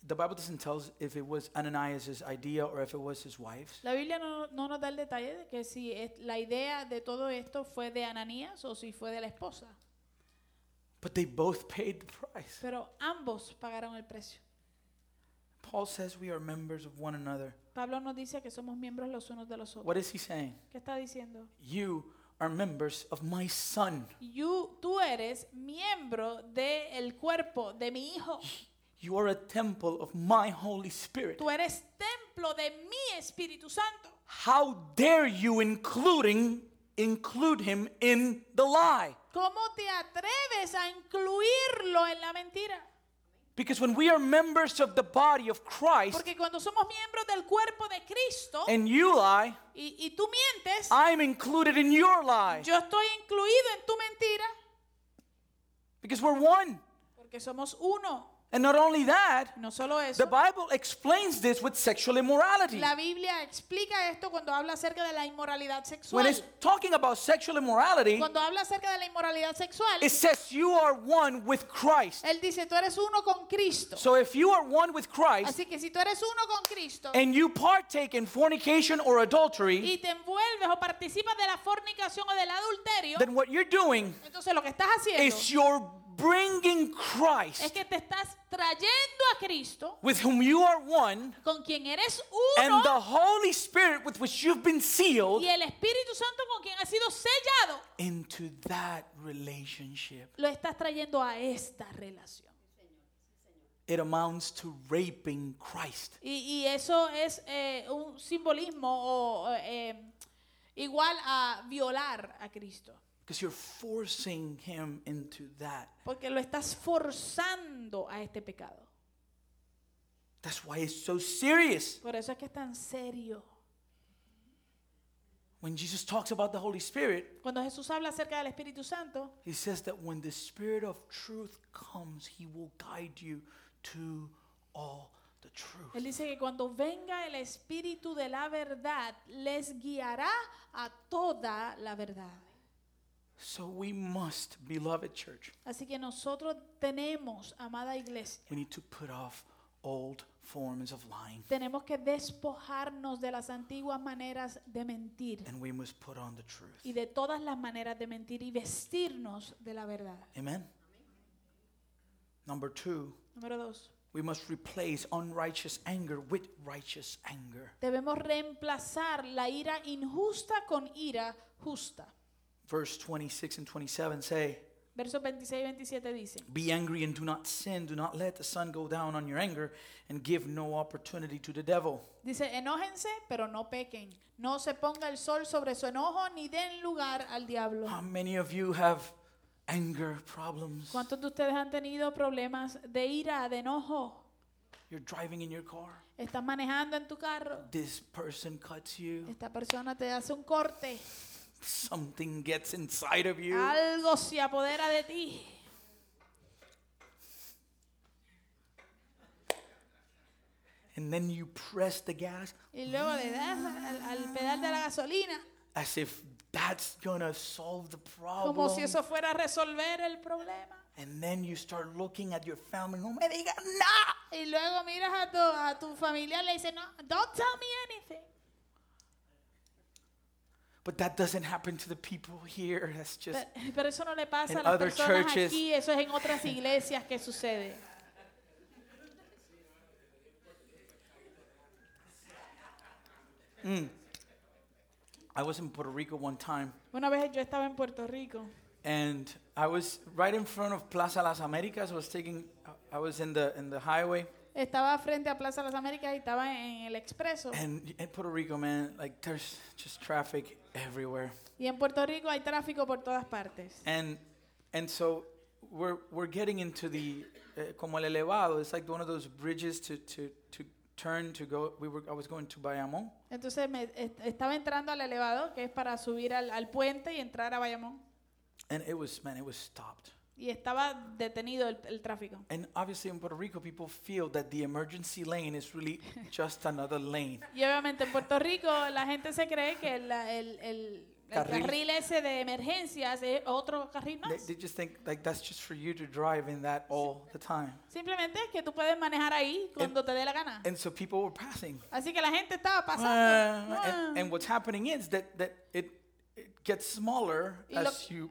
Speaker 2: the Bible doesn't tell us if it was Ananias' idea or if it was his wife's.
Speaker 1: La Biblia no, no nos da el detalle de que si es- la idea de todo esto fue de Ananías o si fue de la esposa.
Speaker 2: But they both paid the price.
Speaker 1: Pero ambos pagaron el precio.
Speaker 2: Paul says we are members of one another.
Speaker 1: Pablo nos dice que somos miembros los unos de los otros.
Speaker 2: What is he saying?
Speaker 1: ¿Qué está diciendo?
Speaker 2: You are members of my son.
Speaker 1: You- tú eres miembro del cuerpo de mi hijo.
Speaker 2: You are a temple of my Holy Spirit.
Speaker 1: Tú eres templo de mi Espíritu Santo.
Speaker 2: How dare you including include him in the lie?
Speaker 1: ¿Cómo te atreves a incluirlo en la mentira?
Speaker 2: Because when we are members of the body of Christ
Speaker 1: Porque cuando somos miembros del cuerpo de Cristo
Speaker 2: and you lie,
Speaker 1: y, y tú mientes,
Speaker 2: I'm included in your lie.
Speaker 1: yo estoy incluido en tu mentira
Speaker 2: Because we're one.
Speaker 1: porque somos uno.
Speaker 2: And not only that,
Speaker 1: No solo
Speaker 2: the
Speaker 1: eso.
Speaker 2: Bible explains this with sexual immorality.
Speaker 1: La Biblia explica esto cuando habla acerca de la inmoralidad
Speaker 2: When it's
Speaker 1: sexual.
Speaker 2: talking about sexual immorality,
Speaker 1: Cuando habla acerca de la inmoralidad sexual,
Speaker 2: it says you are one with Christ.
Speaker 1: él dice, tú eres uno con Cristo.
Speaker 2: So if you are one with Christ
Speaker 1: Así que si tú eres uno con Cristo
Speaker 2: and you partake in fornication or adultery,
Speaker 1: y te envuelves o participas de la fornicación o del adulterio,
Speaker 2: then what you're doing
Speaker 1: entonces lo que estás haciendo
Speaker 2: is you're bringing
Speaker 1: es
Speaker 2: Christ,
Speaker 1: que te estás trayendo a Cristo,
Speaker 2: with whom you are one,
Speaker 1: con quien eres
Speaker 2: and
Speaker 1: uno,
Speaker 2: the Holy Spirit with which you've been sealed
Speaker 1: y el Espíritu Santo con quien has sido sellado,
Speaker 2: into that relationship.
Speaker 1: lo estás trayendo a esta relación.
Speaker 2: It amounts to raping Christ.
Speaker 1: Y, y eso es eh, un simbolismo o, eh, igual a violar a Cristo,
Speaker 2: Because you're forcing him into that.
Speaker 1: porque lo estás forzando a este pecado.
Speaker 2: That's why it's so serious.
Speaker 1: Por eso es que es tan serio.
Speaker 2: When Jesus talks about the Holy Spirit,
Speaker 1: Cuando Jesús habla acerca del Espíritu Santo,
Speaker 2: he says that when the Spirit of truth comes, he will guide you to all the
Speaker 1: Él
Speaker 2: truth.
Speaker 1: dice que cuando venga el Espíritu de la verdad, les guiará a toda la verdad.
Speaker 2: So we must, beloved church,
Speaker 1: Así que nosotros tenemos, amada iglesia,
Speaker 2: we need to put off old forms of lying
Speaker 1: tenemos que despojarnos de las antiguas maneras de mentir
Speaker 2: and we must put on the
Speaker 1: y
Speaker 2: truth.
Speaker 1: de todas las maneras de mentir y vestirnos de la verdad.
Speaker 2: Amen? Number two,
Speaker 1: Número dos,
Speaker 2: we must replace unrighteous anger with righteous anger.
Speaker 1: debemos reemplazar la ira injusta con ira justa.
Speaker 2: Verse 26 and 27 say,
Speaker 1: Versos 26 y 27 dicen.
Speaker 2: Be angry and do not sin. Do not let the sun go down on your anger and give no opportunity to the devil.
Speaker 1: Dice, enójense, pero no pequen. No se ponga el sol sobre su enojo ni den lugar al diablo.
Speaker 2: How many of you have anger problems?
Speaker 1: ¿Cuántos de ustedes han tenido problemas de ira, de enojo?
Speaker 2: You're driving in your car.
Speaker 1: Estás manejando en tu carro.
Speaker 2: This person cuts you.
Speaker 1: Esta persona te hace un corte.
Speaker 2: Something gets inside of you.
Speaker 1: Algo se apodera de ti.
Speaker 2: And then you press the gas
Speaker 1: Y luego le das al, al pedal de la gasolina.
Speaker 2: as if that's gonna solve the
Speaker 1: Como si
Speaker 2: problem.
Speaker 1: eso fuera a resolver el problema.
Speaker 2: And then you start looking at your family. No me digas nada.
Speaker 1: Y luego miras a tu, a tu familiar y le dices, no, don't tell me anything.
Speaker 2: But that doesn't happen to the people here. That's just.
Speaker 1: Pe- Pero eso no le pasa a
Speaker 2: in
Speaker 1: las
Speaker 2: other
Speaker 1: personas
Speaker 2: churches.
Speaker 1: aquí, eso es en otras iglesias que sucede.
Speaker 2: I was in Puerto Rico one time.
Speaker 1: Una vez yo estaba en Puerto Rico
Speaker 2: and I was right in front of Plaza Las Américas. I was taking, I was in the in the highway,
Speaker 1: estaba frente a Plaza Las Américas y estaba en el expreso
Speaker 2: and in Puerto Rico, man, like there's just traffic everywhere,
Speaker 1: y en Puerto Rico hay tráfico por todas partes.
Speaker 2: and and so we're we're getting into the uh, como el elevado. It's like one of those bridges to to to turn to go. We were I was going to Bayamón,
Speaker 1: Entonces me est- estaba entrando al elevador que es para subir al, al puente y entrar a Bayamón
Speaker 2: and it was man, it was stopped.
Speaker 1: y y estaba detenido el, el tráfico.
Speaker 2: And obviously in Puerto Rico, people feel that the emergency lane is really just another lane.
Speaker 1: Y obviamente en Puerto Rico la gente se cree que la- el, el- el
Speaker 2: Carril.
Speaker 1: carril. ese de emergencias es otro carril más.
Speaker 2: They, they just think like that's just for you to drive in that all the time.
Speaker 1: Simplemente es que tú puedes manejar ahí cuando te dé la gana.
Speaker 2: And so people were passing.
Speaker 1: Así que la gente estaba pasando.
Speaker 2: Ah,
Speaker 1: Ah.
Speaker 2: and, and what's happening is that, that it, it gets smaller
Speaker 1: Y lo-
Speaker 2: as you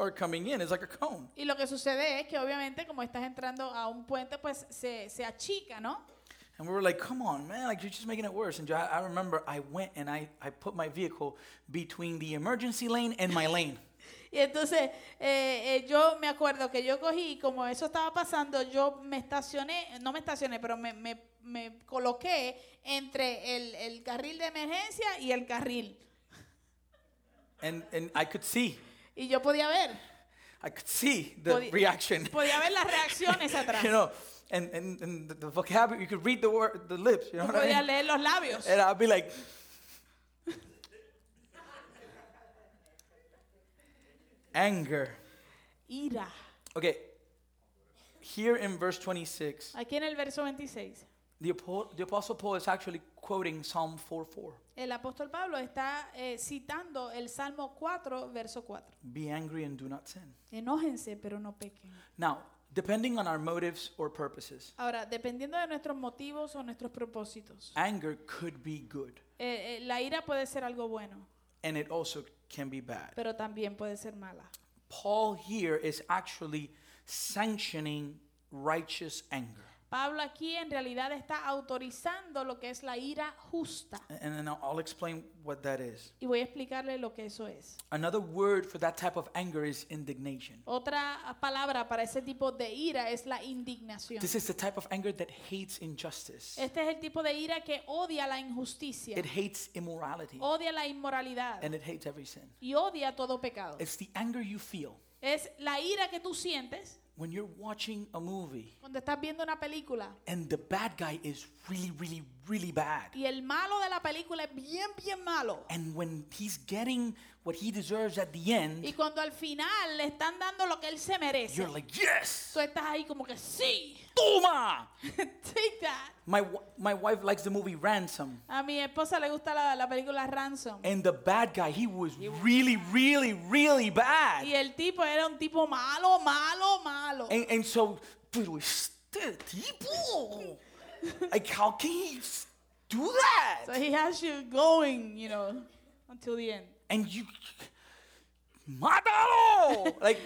Speaker 2: are coming in. It's like a cone.
Speaker 1: Y lo que sucede es que obviamente como estás entrando a un puente, pues se, se achica, ¿no?
Speaker 2: And we were like, come on, man, like you're just making it worse. And I, I remember I went and I, I put my vehicle between the emergency lane and my lane.
Speaker 1: Y entonces eh, eh, yo me acuerdo que yo cogí, como eso estaba pasando, yo me estacioné, no me estacioné, pero me, me, me coloqué entre el, el carril de emergencia y el carril.
Speaker 2: And, and I could see,
Speaker 1: Y yo podía ver,
Speaker 2: I could see the
Speaker 1: Podía-
Speaker 2: reaction,
Speaker 1: podía ver las reacciones atrás.
Speaker 2: you know, and, and, and the, the vocabulary, you could read the word, the lips, you know
Speaker 1: Tú
Speaker 2: what I
Speaker 1: podías
Speaker 2: mean?
Speaker 1: leer los labios.
Speaker 2: And I'd be like, anger.
Speaker 1: Ira.
Speaker 2: Okay, here in verse 26,
Speaker 1: Aquí en el verso 26,
Speaker 2: the, apo- the Apostle Paul is actually quoting Psalm 4 4.
Speaker 1: el apóstol Pablo está eh, citando el Salmo 4, verso 4.
Speaker 2: Be angry and do not sin.
Speaker 1: Enójense, pero no pequen.
Speaker 2: Now, depending on our motives or purposes,
Speaker 1: Ahora, dependiendo de nuestros motivos o nuestros propósitos,
Speaker 2: anger could be good,
Speaker 1: eh, eh, la ira puede ser algo bueno,
Speaker 2: and it also can be bad.
Speaker 1: pero también puede ser mala.
Speaker 2: Paul here is actually sanctioning righteous anger.
Speaker 1: Pablo aquí en realidad está autorizando lo que es la ira justa.
Speaker 2: And then I'll- I'll explain what that is.
Speaker 1: Y voy a explicarle lo que eso es.
Speaker 2: Another word for that type of anger is indignation.
Speaker 1: Otra palabra para ese tipo de ira es la indignación.
Speaker 2: This is the type of anger that hates injustice.
Speaker 1: Este es el tipo de ira que odia la injusticia,
Speaker 2: It hates immorality
Speaker 1: odia la inmoralidad
Speaker 2: and it hates every sin.
Speaker 1: y odia todo pecado.
Speaker 2: It's the anger you feel
Speaker 1: Es la ira que tú sientes
Speaker 2: when you're watching a movie
Speaker 1: cuando estás viendo una película
Speaker 2: and the bad guy is really, really, really bad.
Speaker 1: y el malo de la película es bien, bien malo.
Speaker 2: And when he's getting what he deserves at the
Speaker 1: Y
Speaker 2: end,
Speaker 1: cuando al final le están dando lo que él se merece,
Speaker 2: you're like, yes,
Speaker 1: tú estás ahí como que sí,
Speaker 2: toma.
Speaker 1: take that.
Speaker 2: My, w- my wife likes the movie Ransom.
Speaker 1: A mi esposa le gusta la, la película Ransom.
Speaker 2: And the bad guy, he was really, really, really bad.
Speaker 1: Y el tipo era un tipo malo, malo, malo.
Speaker 2: And, and so, pero este tipo, like, how can he s- do
Speaker 1: So
Speaker 2: that?
Speaker 1: he has you going, you know, until the end.
Speaker 2: And you, matalo! Like,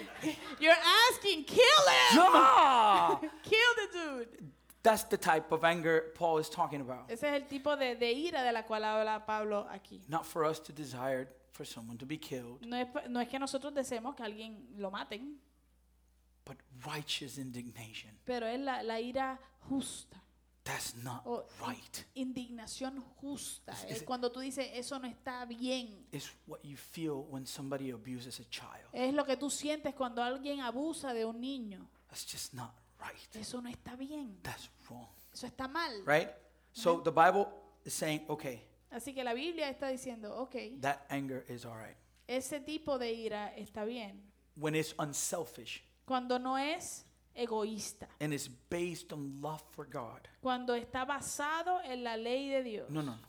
Speaker 1: You're asking, kill him,
Speaker 2: yeah!
Speaker 1: kill the dude.
Speaker 2: That's the type of anger Paul is talking about.
Speaker 1: Ese es el tipo de, de ira de la cual habla Pablo aquí.
Speaker 2: Not for us to desire for someone to be killed,
Speaker 1: No es, pa- no es que nosotros deseemos que alguien lo maten,
Speaker 2: but righteous indignation.
Speaker 1: pero es la, la ira justa.
Speaker 2: That's not
Speaker 1: o
Speaker 2: right.
Speaker 1: Indignación justa.
Speaker 2: Es-
Speaker 1: Es
Speaker 2: es-
Speaker 1: cuando tú dices, eso no está bien.
Speaker 2: It's what you feel when somebody abuses a child.
Speaker 1: Es lo que tú sientes cuando alguien abusa de un niño.
Speaker 2: That's just not right.
Speaker 1: Eso no está bien.
Speaker 2: That's wrong.
Speaker 1: Eso está mal.
Speaker 2: Right? So the Bible is saying, okay,
Speaker 1: Así que la Biblia está diciendo, ok,
Speaker 2: that anger is all right.
Speaker 1: ese tipo de ira está bien.
Speaker 2: When it's unselfish
Speaker 1: Cuando no es egoísta.
Speaker 2: and it's based on love for God.
Speaker 1: Cuando está basado en la ley de Dios.
Speaker 2: No, no,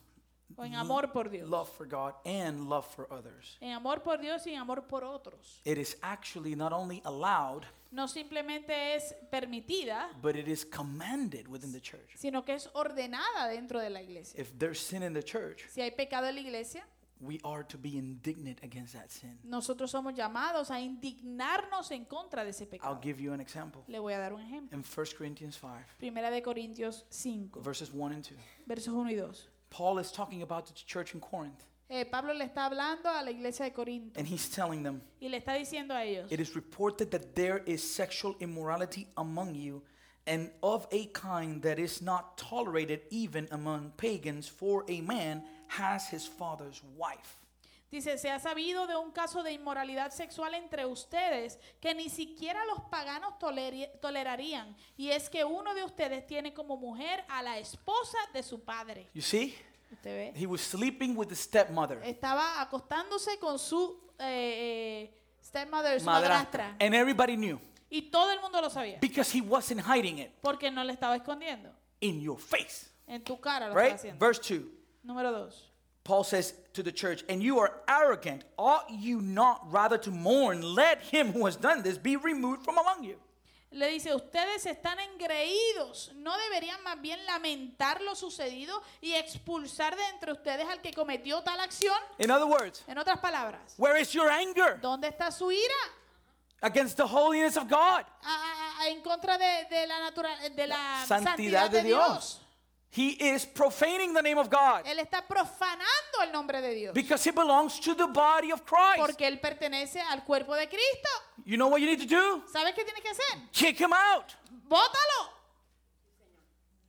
Speaker 1: O en amor por
Speaker 2: no.
Speaker 1: Dios.
Speaker 2: Love for God and love for others.
Speaker 1: En amor por Dios y en amor por otros.
Speaker 2: It is actually not only allowed,
Speaker 1: No simplemente es permitida,
Speaker 2: but it is commanded within the church.
Speaker 1: sino que es ordenada dentro de la iglesia.
Speaker 2: If there's sin in the church,
Speaker 1: Si hay pecado en la iglesia,
Speaker 2: we are to be indignant against that sin.
Speaker 1: nosotros somos llamados a indignarnos en contra de ese
Speaker 2: I'll
Speaker 1: pecado.
Speaker 2: give you an example.
Speaker 1: Le voy a dar un ejemplo.
Speaker 2: In 1 Corinthians 5,
Speaker 1: Primera de Corintios 5,
Speaker 2: verses 1 and 2,
Speaker 1: versos 1 y 2.
Speaker 2: Paul is talking about the church in Corinth,
Speaker 1: Eh, Pablo le está hablando a la iglesia de Corinto
Speaker 2: and he's telling them,
Speaker 1: y le está diciendo a ellos,
Speaker 2: It is reported that there is sexual immorality among you, and of a kind that is not tolerated even among pagans, for a man has his father's wife.
Speaker 1: dice, se ha sabido de un caso de inmoralidad sexual entre ustedes que ni siquiera los paganos toleri- tolerarían, y es que uno de ustedes tiene como mujer a la esposa de su padre.
Speaker 2: You see?
Speaker 1: ¿Usted ve?
Speaker 2: He was sleeping with the stepmother.
Speaker 1: Estaba acostándose con su eh, eh, stepmother, su
Speaker 2: madrastra,
Speaker 1: madrastra,
Speaker 2: And everybody knew.
Speaker 1: Y todo el mundo lo sabía.
Speaker 2: because he wasn't hiding it
Speaker 1: Porque no le estaba escondiendo.
Speaker 2: in your face.
Speaker 1: En tu cara lo estaba
Speaker 2: Right?
Speaker 1: haciendo.
Speaker 2: Verse 2.
Speaker 1: Número dos.
Speaker 2: Paul says to the church, and you are arrogant. Ought you not rather to mourn? Let him who has done this be removed from among you.
Speaker 1: Le dice, ustedes están engreídos, ¿no deberían más bien lamentar lo sucedido y expulsar de entre ustedes al que cometió tal acción?
Speaker 2: In other words,
Speaker 1: En otras palabras,
Speaker 2: where is your anger
Speaker 1: ¿dónde está su ira?
Speaker 2: against the holiness of God?
Speaker 1: A- a- a- en contra de, de la, natura- de la
Speaker 2: Santidad
Speaker 1: santidad,
Speaker 2: de
Speaker 1: de,
Speaker 2: Dios.
Speaker 1: Dios.
Speaker 2: He is profaning the name of God
Speaker 1: Él está profanando el nombre de Dios
Speaker 2: because he belongs to the body of Christ.
Speaker 1: porque él pertenece al cuerpo de Cristo.
Speaker 2: You know what you need to do?
Speaker 1: ¿Sabes qué tienes que hacer?
Speaker 2: Kick him out.
Speaker 1: ¡Bótalo!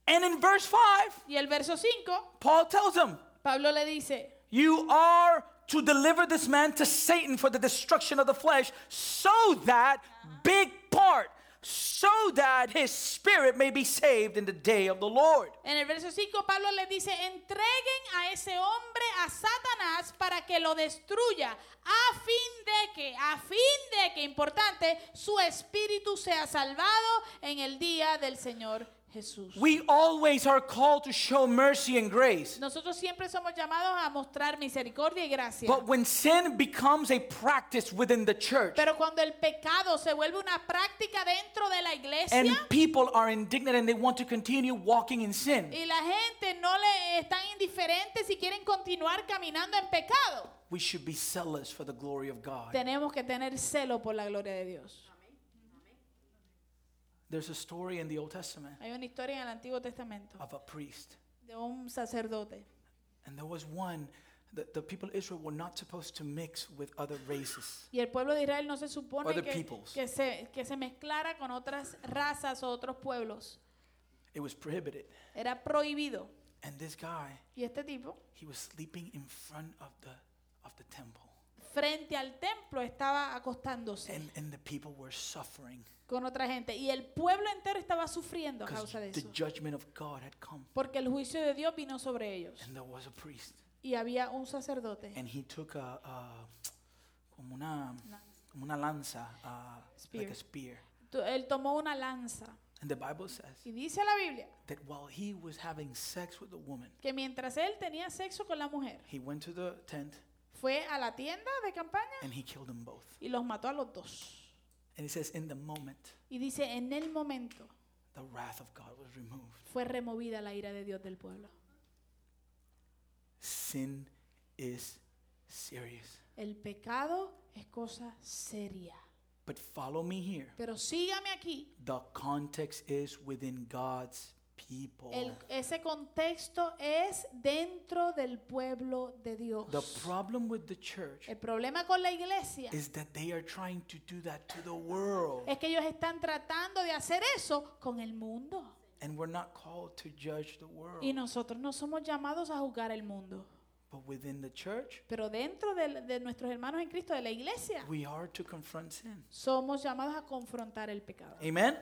Speaker 2: And in verse 5,
Speaker 1: Y el verso 5,
Speaker 2: Paul tells him,
Speaker 1: Pablo le dice,
Speaker 2: You are to deliver this man to Satan for the destruction of the flesh, so that, big part, so that his spirit may be saved in the day of the Lord.
Speaker 1: En el verso 5 Pablo les dice, entreguen a ese hombre a Satanás para que lo destruya, a fin de que, a fin de que, importante, su espíritu sea salvado en el día del Señor Jesús.
Speaker 2: We always are called to show mercy and grace.
Speaker 1: Nosotros siempre somos llamados a mostrar misericordia y gracia.
Speaker 2: But when sin becomes a practice within the church
Speaker 1: Pero cuando el pecado se vuelve una práctica dentro de la iglesia
Speaker 2: and people are indignant and they want to continue walking in sin,
Speaker 1: y la gente no le están indiferentes y quieren continuar caminando en pecado,
Speaker 2: we should be zealous for the glory of God.
Speaker 1: tenemos que tener celo por la gloria de Dios.
Speaker 2: There's a story in the Old Testament
Speaker 1: Hay una historia en el Antiguo Testamento
Speaker 2: of a priest
Speaker 1: de un sacerdote.
Speaker 2: And there was one that the people of Israel were not supposed to mix with other races.
Speaker 1: Y el pueblo de Israel no se supone
Speaker 2: Other
Speaker 1: que,
Speaker 2: peoples.
Speaker 1: que se, que se mezclara con otras razas o otros pueblos.
Speaker 2: It was prohibited.
Speaker 1: Era prohibido.
Speaker 2: And this guy,
Speaker 1: Y este tipo,
Speaker 2: he was sleeping in front of the of the temple.
Speaker 1: frente al templo, estaba acostándose
Speaker 2: And and the people were suffering
Speaker 1: con otra gente. Y el pueblo entero estaba sufriendo a
Speaker 2: because
Speaker 1: causa de
Speaker 2: the
Speaker 1: eso.
Speaker 2: judgment of God had come.
Speaker 1: Porque el juicio de Dios vino sobre ellos.
Speaker 2: And there was a priest,
Speaker 1: Y había un sacerdote,
Speaker 2: and he took a, a como una como una lanza, uh, like a spear.
Speaker 1: Spear. Tu- él tomó una lanza.
Speaker 2: And the Bible says
Speaker 1: Y dice la Biblia
Speaker 2: that while he was having sex with the woman,
Speaker 1: que mientras él tenía sexo con la mujer,
Speaker 2: he went to the tent
Speaker 1: fue a la tienda de campaña
Speaker 2: and he killed them both.
Speaker 1: y los mató a los dos.
Speaker 2: And he says, in the moment,
Speaker 1: Y dice, en el momento
Speaker 2: the wrath of God was removed.
Speaker 1: fue removida la ira de Dios del pueblo.
Speaker 2: Sin is serious.
Speaker 1: El pecado es cosa seria.
Speaker 2: But follow me here.
Speaker 1: Pero sígame aquí.
Speaker 2: The context is within God's people.
Speaker 1: El- ese contexto es dentro del pueblo de Dios.
Speaker 2: the problem with the church
Speaker 1: El problema con la iglesia
Speaker 2: is that they are trying to do that to the world.
Speaker 1: es que ellos están tratando de hacer eso con el mundo.
Speaker 2: And we're not called to judge the world.
Speaker 1: Y nosotros no somos llamados a juzgar el mundo.
Speaker 2: but within the church,
Speaker 1: Pero dentro del- de, nuestros hermanos en Cristo, de la iglesia,
Speaker 2: we are to confront sin.
Speaker 1: somos llamados a confrontar el pecado.
Speaker 2: Amen?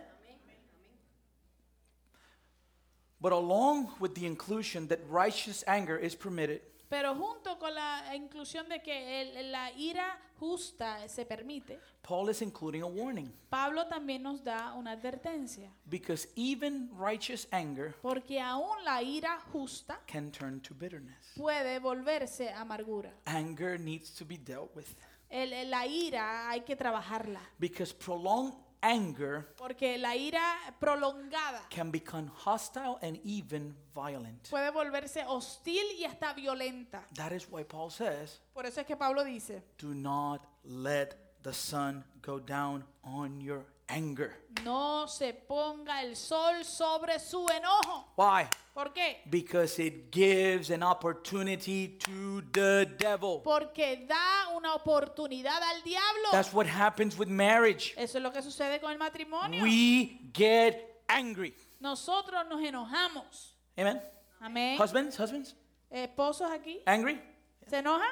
Speaker 2: But along with the inclusion that righteous anger is permitted,
Speaker 1: Pero junto con la inclusión de que el- la ira justa se permite,
Speaker 2: Paul is including a warning.
Speaker 1: Pablo también nos da una advertencia,
Speaker 2: Because even righteous anger
Speaker 1: porque aún la ira justa
Speaker 2: can turn to bitterness.
Speaker 1: puede volverse amargura.
Speaker 2: Anger needs to be dealt with.
Speaker 1: El- el- la ira hay que trabajarla,
Speaker 2: Because prolonged anger
Speaker 1: porque la ira prolongada
Speaker 2: can become hostile and even violent.
Speaker 1: puede volverse hostil y hasta violenta.
Speaker 2: That is why Paul says,
Speaker 1: Por eso es que Pablo dice,
Speaker 2: do not let the sun go down on your anger.
Speaker 1: no se ponga el sol sobre su enojo.
Speaker 2: Why?
Speaker 1: ¿Por qué?
Speaker 2: Because it gives an opportunity to the devil.
Speaker 1: Porque da una oportunidad al diablo.
Speaker 2: That's what happens with marriage.
Speaker 1: Eso es lo que sucede con el matrimonio.
Speaker 2: We get angry.
Speaker 1: Nosotros nos enojamos.
Speaker 2: Amen.
Speaker 1: Amén.
Speaker 2: Husbands, husbands,
Speaker 1: Esposos aquí.
Speaker 2: angry?
Speaker 1: ¿Se enojan?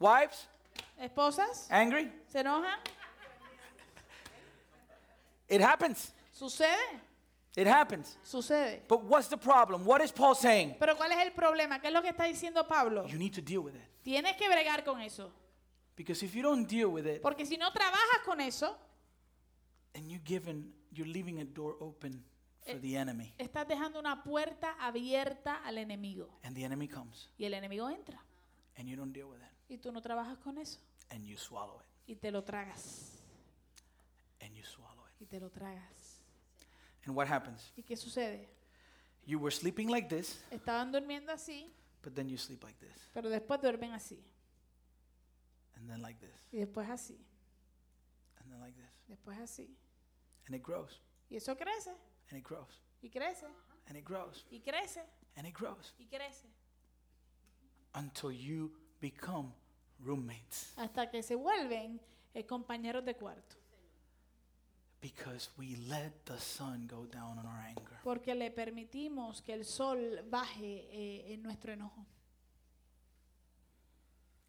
Speaker 2: Wives,
Speaker 1: Esposas.
Speaker 2: angry?
Speaker 1: ¿Se enojan?
Speaker 2: It happens.
Speaker 1: ¿Sucede?
Speaker 2: It happens.
Speaker 1: Sucede.
Speaker 2: But what's the problem? What is Paul saying?
Speaker 1: Pero ¿cuál es el problema? ¿Qué es lo que está diciendo Pablo?
Speaker 2: You need to deal with it.
Speaker 1: Tienes que bregar con eso.
Speaker 2: Because if you don't deal with it,
Speaker 1: Porque si no trabajas con eso,
Speaker 2: and you're giving, you're leaving a door open for
Speaker 1: Eh.
Speaker 2: the enemy.
Speaker 1: Estás dejando una puerta abierta al enemigo.
Speaker 2: And the enemy comes,
Speaker 1: Y el enemigo entra.
Speaker 2: and you don't deal with it,
Speaker 1: Y tú no trabajas con eso.
Speaker 2: and you swallow it,
Speaker 1: Y te lo tragas.
Speaker 2: and you swallow it.
Speaker 1: Y te lo tragas.
Speaker 2: And what happens?
Speaker 1: ¿Y qué sucede?
Speaker 2: You were sleeping like this,
Speaker 1: Estaban durmiendo así,
Speaker 2: but then you sleep like this,
Speaker 1: pero después duermen así.
Speaker 2: and then like this,
Speaker 1: Y después así.
Speaker 2: and then like this.
Speaker 1: Después así.
Speaker 2: And it grows,
Speaker 1: Y eso crece.
Speaker 2: and it grows,
Speaker 1: Y crece.
Speaker 2: and it grows,
Speaker 1: Y crece.
Speaker 2: and it grows
Speaker 1: Y crece.
Speaker 2: until you become roommates.
Speaker 1: Hasta que se vuelven eh, compañeros de cuarto.
Speaker 2: Because we let the sun go down on our anger.
Speaker 1: Porque le permitimos que el sol baje eh, en nuestro enojo.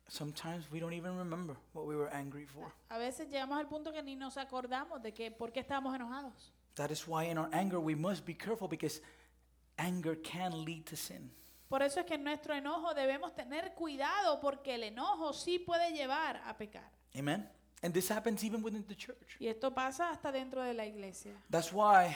Speaker 2: Sometimes we don't even remember what we were angry for.
Speaker 1: A veces llegamos al punto que ni nos acordamos de que por qué estábamos enojados.
Speaker 2: That is why in our anger we must be careful because anger can lead to sin.
Speaker 1: Por eso es que en nuestro enojo debemos tener cuidado porque el enojo sí puede llevar a pecar.
Speaker 2: Amen. And this happens even within the church.
Speaker 1: Y esto pasa hasta dentro de la iglesia.
Speaker 2: That's why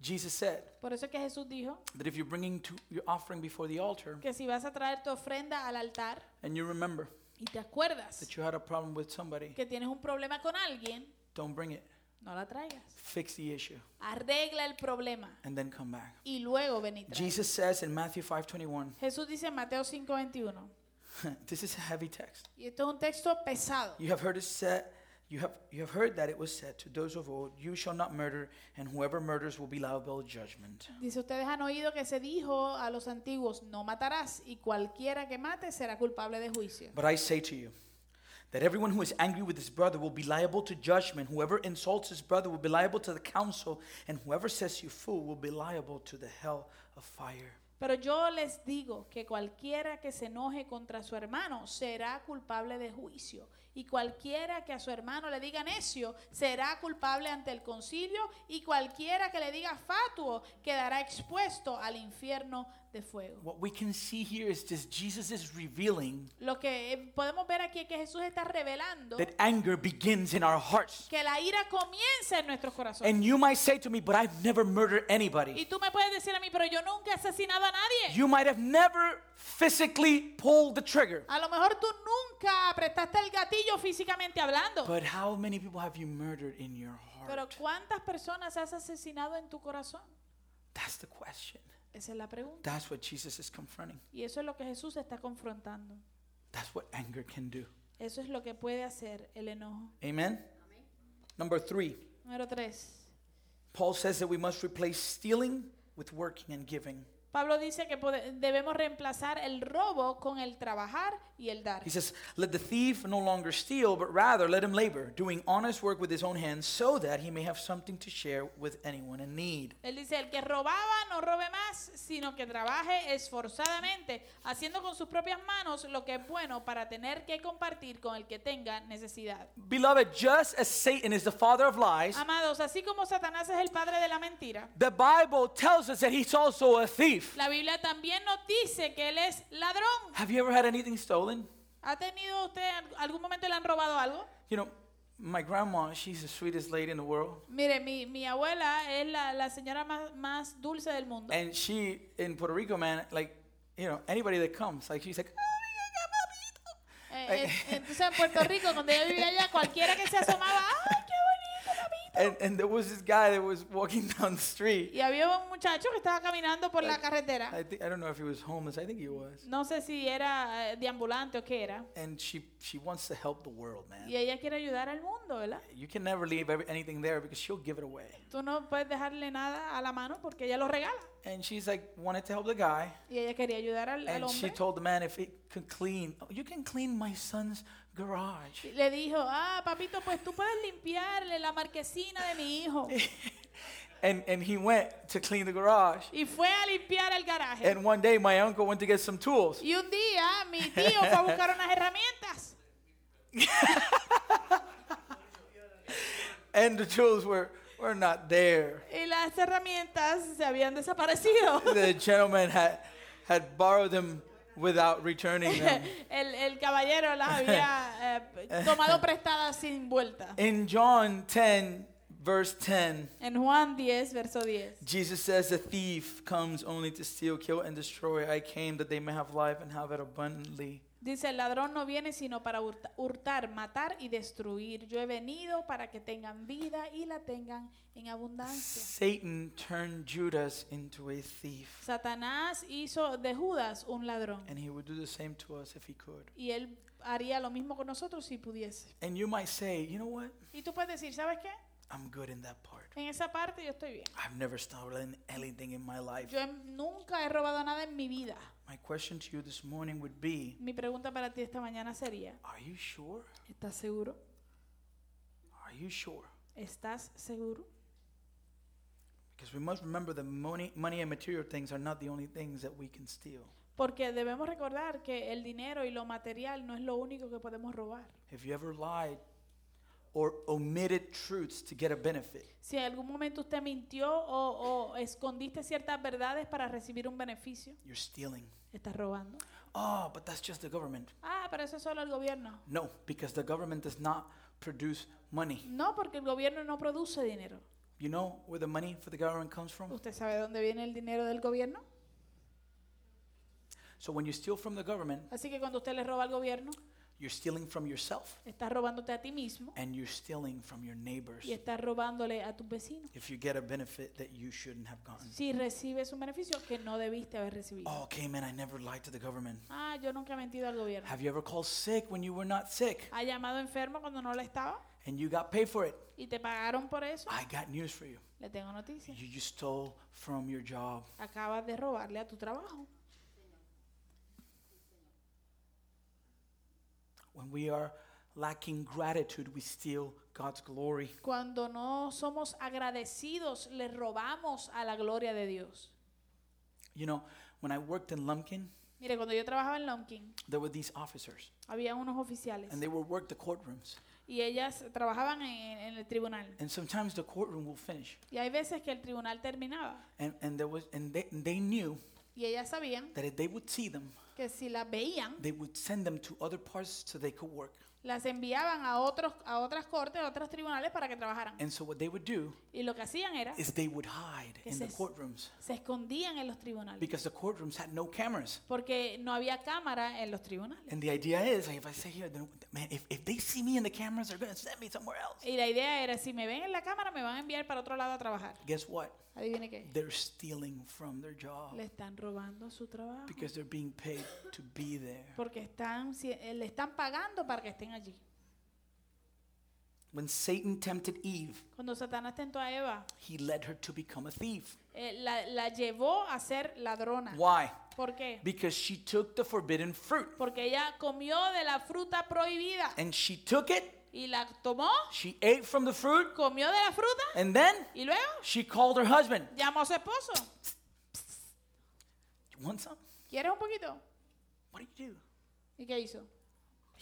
Speaker 2: Jesus said
Speaker 1: Por eso es que Jesús dijo
Speaker 2: that if you're bringing to your offering before the altar
Speaker 1: que si vas a traer tu ofrenda al altar
Speaker 2: and you remember
Speaker 1: y te acuerdas
Speaker 2: that you had a problem with somebody,
Speaker 1: que tienes un problema con alguien,
Speaker 2: don't bring it.
Speaker 1: no la traigas.
Speaker 2: Fix the issue
Speaker 1: Arregla el problema
Speaker 2: and then come back.
Speaker 1: y luego ven y trae.
Speaker 2: Jesus says in Matthew 5:21,
Speaker 1: Jesús dice en Mateo 5:21,
Speaker 2: this is a heavy text.
Speaker 1: y esto es un texto pesado.
Speaker 2: You have heard it said, you have you have heard that it was said to those of old, you shall not murder, and whoever murders will be liable to judgment.
Speaker 1: Dice, ustedes han oído que se dijo a los antiguos, no matarás, y cualquiera que mate será culpable de juicio.
Speaker 2: But I say to you that everyone who is angry with his brother will be liable to judgment. Whoever insults his brother will be liable to the council, and whoever says you fool will be liable to the hell of fire.
Speaker 1: Pero yo les digo que cualquiera que se enoje contra su hermano será culpable de juicio. Y cualquiera que a su hermano le diga necio será culpable ante el concilio. Y cualquiera que le diga fatuo quedará expuesto al infierno de fuego.
Speaker 2: What we can see here is just Jesus is revealing
Speaker 1: Lo que eh, podemos ver aquí es que Jesús está revelando
Speaker 2: that anger begins in our hearts.
Speaker 1: que la ira comienza en nuestros corazones.
Speaker 2: And you might say to me, but I've never murdered
Speaker 1: Y
Speaker 2: anybody.
Speaker 1: tú me puedes decir a mí, pero yo nunca he asesinado a nadie.
Speaker 2: You might have never physically pulled the trigger.
Speaker 1: A lo mejor tú nunca apretaste el gatillo físicamente hablando.
Speaker 2: But how many people have you murdered in your
Speaker 1: Pero
Speaker 2: heart?
Speaker 1: ¿cuántas personas has asesinado en tu corazón?
Speaker 2: That's the question.
Speaker 1: Esa es la pregunta.
Speaker 2: That's what Jesus is confronting.
Speaker 1: Y eso es lo que Jesús está confrontando.
Speaker 2: That's what anger can do.
Speaker 1: Eso es lo que puede hacer el enojo.
Speaker 2: Amen? Number three,
Speaker 1: Número 3.
Speaker 2: Paul says that we must replace stealing with working and giving.
Speaker 1: Pablo dice que pode- debemos reemplazar el robo con el trabajar y el dar.
Speaker 2: He says, Let the thief no longer steal, but rather let him labor, doing honest work with his own hands, so that he may have something to share with anyone in need.
Speaker 1: Él dice, el que robaba no robe más, sino que trabaje esforzadamente, haciendo con sus propias manos lo que es bueno para tener que compartir con el que tenga necesidad.
Speaker 2: Beloved, just as Satan is the father of lies,
Speaker 1: Amados, así como Satanás es el padre de la mentira,
Speaker 2: the Bible tells us that he's also a thief.
Speaker 1: La Biblia también nos dice que él es ladrón.
Speaker 2: Have you ever had anything stolen?
Speaker 1: ¿Ha tenido usted al- algún momento le han robado algo?
Speaker 2: You know, my grandma, she's the sweetest lady in the world.
Speaker 1: Mire, mi, mi abuela es la, la señora más, más dulce del mundo.
Speaker 2: And she, in Puerto Rico, man, like, you know, anybody that comes, like, she's like, "Ah,
Speaker 1: Eh, eh, entonces en Puerto Rico, cuando yo vivía allá, cualquiera que se asomaba, ¡ay, qué bonito, papito!
Speaker 2: and, and there was this guy that was walking down the street.
Speaker 1: Y había un muchacho que estaba caminando por la carretera.
Speaker 2: I, think, I don't know if he was homeless. I think he was.
Speaker 1: No sé si era eh, deambulante o qué era.
Speaker 2: And she, she wants to help the world,
Speaker 1: Y
Speaker 2: man.
Speaker 1: ella quiere ayudar al mundo, ¿verdad?
Speaker 2: You can never leave every, anything there because she'll give it away.
Speaker 1: Tú no puedes dejarle nada a la mano porque ella lo regala.
Speaker 2: And she's like, wanted to help the guy.
Speaker 1: Y ella quería ayudar al, al
Speaker 2: And she
Speaker 1: hombre.
Speaker 2: told the man if he could clean, "Oh, you can clean my son's garage.
Speaker 1: Y Le dijo, ah, papito, pues tú puedes limpiarle la marquesina de mi hijo.
Speaker 2: And, and he went to clean the garage.
Speaker 1: Y fue a limpiar el garaje.
Speaker 2: And one day my uncle went to get some tools.
Speaker 1: Y un día mi tío fue a buscar unas herramientas.
Speaker 2: And the tools were, were not there.
Speaker 1: Y las herramientas se habían desaparecido.
Speaker 2: the gentleman had had borrowed them without returning them.
Speaker 1: El, el caballero las había eh, tomado prestadas sin vuelta.
Speaker 2: In John 10 verse 10,
Speaker 1: En Juan 10, verso 10.
Speaker 2: Jesus says, The thief comes only to steal, kill, and destroy. I came that they may have life and have it abundantly.
Speaker 1: Dice, el ladrón no viene sino para hurta- hurtar, matar y destruir. Yo he venido para que tengan vida y la tengan en abundancia.
Speaker 2: Satan turned Judas into a thief,
Speaker 1: Satanás hizo de Judas un ladrón.
Speaker 2: and he would do the same to us if he could.
Speaker 1: Y él haría lo mismo con nosotros si pudiese.
Speaker 2: And you might say, You know what?
Speaker 1: Y tú puedes decir, ¿sabes qué?
Speaker 2: I'm good in that part.
Speaker 1: En esa parte yo estoy bien.
Speaker 2: I've never stolen anything in my life.
Speaker 1: Yo he- nunca he robado nada en mi vida.
Speaker 2: My question to you this morning would be
Speaker 1: Mi pregunta para ti esta mañana sería,
Speaker 2: Are you sure?
Speaker 1: ¿estás seguro?
Speaker 2: Are you sure?
Speaker 1: ¿Estás seguro?
Speaker 2: Because we must remember that money, money and material things are not the only things that we can steal.
Speaker 1: Porque debemos recordar que el dinero y lo material no es lo único que podemos robar.
Speaker 2: If you ever lied or omitted truths to get a benefit,
Speaker 1: Si en algún momento usted mintió o, o escondiste ciertas verdades para recibir un beneficio,
Speaker 2: you're stealing.
Speaker 1: estás robando.
Speaker 2: Oh, but that's just the government.
Speaker 1: Ah, pero eso es solo el gobierno.
Speaker 2: No, because the government does not produce money.
Speaker 1: No, porque el gobierno no produce dinero.
Speaker 2: You know where the money for the government comes from?
Speaker 1: ¿Usted sabe dónde viene el dinero del gobierno?
Speaker 2: So when you steal from the government,
Speaker 1: Así que cuando usted le roba al gobierno,
Speaker 2: you're stealing from yourself
Speaker 1: estás robándote a ti mismo
Speaker 2: and you're stealing from your neighbors
Speaker 1: y estás robándole a tus vecinos.
Speaker 2: if you get a benefit that you shouldn't have gotten.
Speaker 1: Si recibes un beneficio que no debiste haber recibido.
Speaker 2: Oh, okay, man, I never lied to the government.
Speaker 1: Ah, yo nunca he mentido al gobierno.
Speaker 2: Have you ever called sick when you were not sick
Speaker 1: ¿Ha llamado enfermo cuando no lo estaba?
Speaker 2: and you got paid for it?
Speaker 1: ¿Y te pagaron por eso?
Speaker 2: I got news for you.
Speaker 1: Le tengo noticias.
Speaker 2: You just stole from your job.
Speaker 1: Acabas de robarle a tu trabajo.
Speaker 2: When we are lacking gratitude, we steal God's glory.
Speaker 1: Cuando no somos agradecidos, le robamos a la gloria de Dios.
Speaker 2: You know, when I worked in Lumpkin,
Speaker 1: Mire, cuando yo trabajaba en Lumpkin,
Speaker 2: there were these officers,
Speaker 1: había unos oficiales
Speaker 2: and they would work the courtrooms.
Speaker 1: y ellas trabajaban en, en el tribunal.
Speaker 2: And sometimes the courtroom will finish,
Speaker 1: Y hay veces que el tribunal terminaba
Speaker 2: and and there was and they and they knew
Speaker 1: y ellas sabían
Speaker 2: that if they would see them,
Speaker 1: que si las veían,
Speaker 2: they would send them to other parts so they could work.
Speaker 1: las enviaban a otros a otras cortes, a otros tribunales para que trabajaran.
Speaker 2: And so what they would do
Speaker 1: Y lo que hacían era
Speaker 2: is they would hide
Speaker 1: ¿Qué
Speaker 2: in
Speaker 1: es
Speaker 2: the
Speaker 1: eso?
Speaker 2: courtrooms
Speaker 1: se escondían en los tribunales
Speaker 2: because the courtrooms had no cameras.
Speaker 1: porque no había cámara en los tribunales.
Speaker 2: And the idea is, like, if I stay here, then, man, if, if they see me in the cameras, they're gonna send me somewhere else.
Speaker 1: Y la idea era, si me ven en la cámara, me van a enviar para otro lado a trabajar.
Speaker 2: Guess what?
Speaker 1: Adivine qué.
Speaker 2: They're stealing from their job
Speaker 1: Le están robando su trabajo.
Speaker 2: because they're being paid to be there.
Speaker 1: Porque están, si- eh, le están pagando para que estén allí.
Speaker 2: When Satan tempted Eve,
Speaker 1: Cuando Satanás tentó a Eva,
Speaker 2: he led her to become a thief.
Speaker 1: eh, la, la llevó a ser ladrona.
Speaker 2: Why?
Speaker 1: ¿Por qué?
Speaker 2: Because she took the forbidden fruit
Speaker 1: Porque ella comió de la fruta prohibida
Speaker 2: and she took it,
Speaker 1: y la tomó,
Speaker 2: she ate from the fruit,
Speaker 1: comió de la fruta
Speaker 2: and then
Speaker 1: y luego
Speaker 2: she called her husband.
Speaker 1: llamó a su esposo.
Speaker 2: You want some?
Speaker 1: ¿Quieres un poquito?
Speaker 2: What do you do?
Speaker 1: ¿Y qué hizo?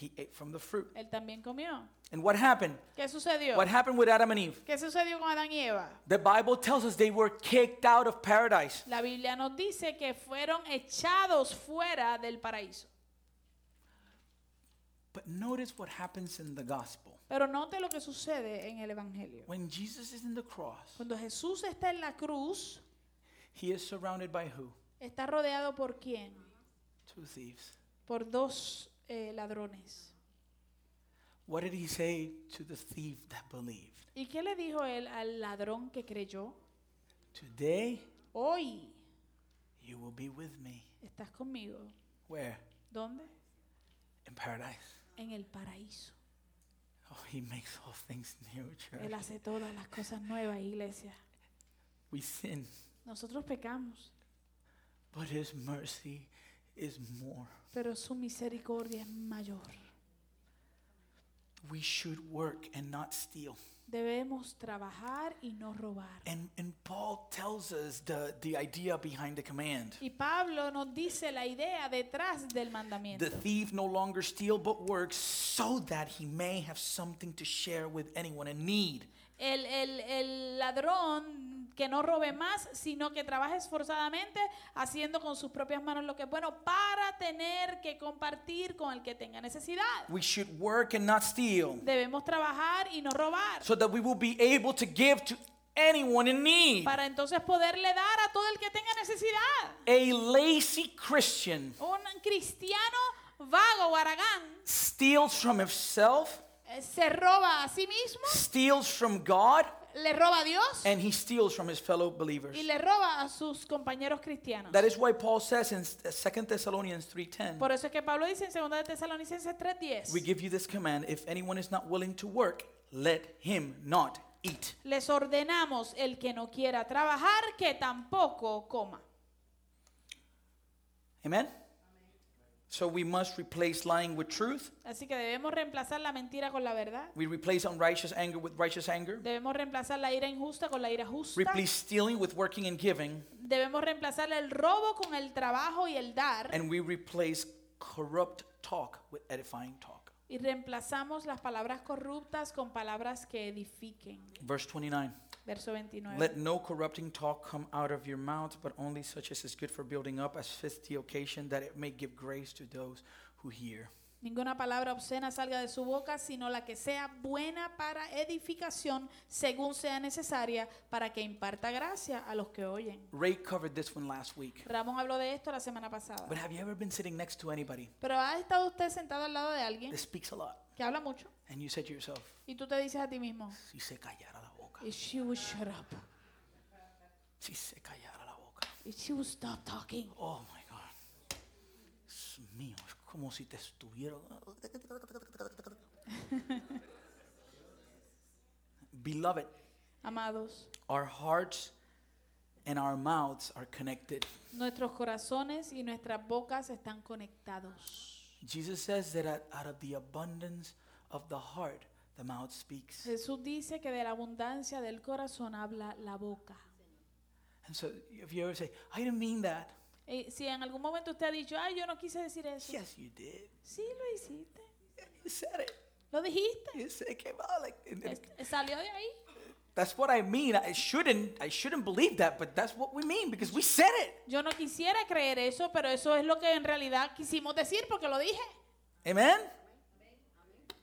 Speaker 2: He ate from the fruit.
Speaker 1: Él también comió.
Speaker 2: And what happened?
Speaker 1: ¿Qué sucedió?
Speaker 2: What happened with Adam and Eve?
Speaker 1: ¿Qué sucedió con Adán y Eva?
Speaker 2: The Bible tells us they were kicked out of paradise.
Speaker 1: La Biblia nos dice que fueron echados fuera del paraíso.
Speaker 2: But notice what happens in the gospel.
Speaker 1: Pero note lo que sucede en el Evangelio.
Speaker 2: When Jesus is in the cross,
Speaker 1: Cuando Jesús está en la cruz,
Speaker 2: he is surrounded by who?
Speaker 1: está rodeado por quién?
Speaker 2: Two thieves.
Speaker 1: Por dos eh, ladrones.
Speaker 2: What did he say to the thief that believed?
Speaker 1: ¿Y qué le dijo él al ladrón que creyó?
Speaker 2: Today
Speaker 1: Hoy
Speaker 2: you will be with me.
Speaker 1: estás conmigo.
Speaker 2: Where?
Speaker 1: ¿Dónde?
Speaker 2: In paradise.
Speaker 1: En el paraíso.
Speaker 2: Oh, he makes all things new,
Speaker 1: Él
Speaker 2: church.
Speaker 1: hace todas las cosas nuevas, iglesia.
Speaker 2: We sin,
Speaker 1: Nosotros pecamos,
Speaker 2: but his mercy is more.
Speaker 1: pero su misericordia es mayor.
Speaker 2: We should work and not steal.
Speaker 1: Debemos trabajar y no robar.
Speaker 2: And, and Paul tells us the, the idea behind the command.
Speaker 1: Y Pablo nos dice la idea detrás del mandamiento.
Speaker 2: The thief no longer steal but works so that he may have something to share with anyone in need.
Speaker 1: El, el- el ladrón que no robe más, sino que trabaje esforzadamente haciendo con sus propias manos lo que es bueno para tener que compartir con el que tenga necesidad.
Speaker 2: We should work and not steal
Speaker 1: Debemos trabajar y no robar
Speaker 2: so that we will be able to give to anyone in need.
Speaker 1: para entonces poderle dar a todo el que tenga necesidad.
Speaker 2: A lazy Christian
Speaker 1: Un cristiano vago o aragán
Speaker 2: steals from himself,
Speaker 1: eh, se roba a sí mismo,
Speaker 2: steals from God,
Speaker 1: le roba a Dios
Speaker 2: and he steals from his fellow believers.
Speaker 1: y le roba a sus compañeros cristianos.
Speaker 2: That is why Paul says in 2 Thessalonians 3:10,
Speaker 1: Por eso es que Pablo dice en 2 de Tesalonicenses
Speaker 2: we
Speaker 1: 3:10,
Speaker 2: give you this command, if anyone is not willing to work, let him not eat.
Speaker 1: les ordenamos el que no quiera trabajar que tampoco coma.
Speaker 2: Amen. So we must replace lying with truth.
Speaker 1: Así que debemos reemplazar la mentira con la verdad.
Speaker 2: We replace unrighteous anger with righteous anger.
Speaker 1: Debemos reemplazar la ira injusta con la ira justa.
Speaker 2: Replace stealing with working and giving.
Speaker 1: Debemos reemplazar el robo con el trabajo y el dar.
Speaker 2: And we replace corrupt talk with edifying talk.
Speaker 1: Y reemplazamos las palabras corruptas con palabras que edifiquen.
Speaker 2: Verse 29.
Speaker 1: Verso 29.
Speaker 2: Let no corrupting talk come out of your mouth, but only such as is good for building up, as fits the occasion, that it may give grace to those who hear.
Speaker 1: Ninguna palabra obscena salga de su boca, sino la que sea buena para edificación, según sea necesaria, para que imparta gracia a los que oyen.
Speaker 2: Ray covered this one last week.
Speaker 1: Ramón habló de esto la semana pasada.
Speaker 2: But have you ever been sitting next to anybody
Speaker 1: Pero ha estado usted sentado al lado de alguien
Speaker 2: that speaks a lot,
Speaker 1: que habla mucho
Speaker 2: and you said to yourself,
Speaker 1: y tú te dices a ti mismo,
Speaker 2: si se callara la boca,
Speaker 1: If she would shut up,
Speaker 2: si se callara la boca.
Speaker 1: if she would stop talking,
Speaker 2: Oh my God. Dios mío, es como si te estuviera. Beloved,
Speaker 1: amados,
Speaker 2: our hearts and our mouths are connected.
Speaker 1: nuestros corazones y nuestras bocas están conectados.
Speaker 2: Jesus says that out- out of the abundance of the heart, the mouth speaks.
Speaker 1: Jesús dice que de la abundancia del corazón habla la boca.
Speaker 2: And so if you ever say, I didn't mean that,
Speaker 1: Eh, si en algún momento usted ha dicho, ay, yo no quise decir eso,
Speaker 2: yes, you did.
Speaker 1: sí lo hiciste,
Speaker 2: Yeah, you said it.
Speaker 1: lo dijiste,
Speaker 2: You said it came out like and it-
Speaker 1: es- salió de ahí.
Speaker 2: that's what I mean. I shouldn't I shouldn't believe that, but that's what we mean because we said it.
Speaker 1: Yo no quisiera creer eso, pero eso es lo que en realidad quisimos decir porque lo dije.
Speaker 2: Amen?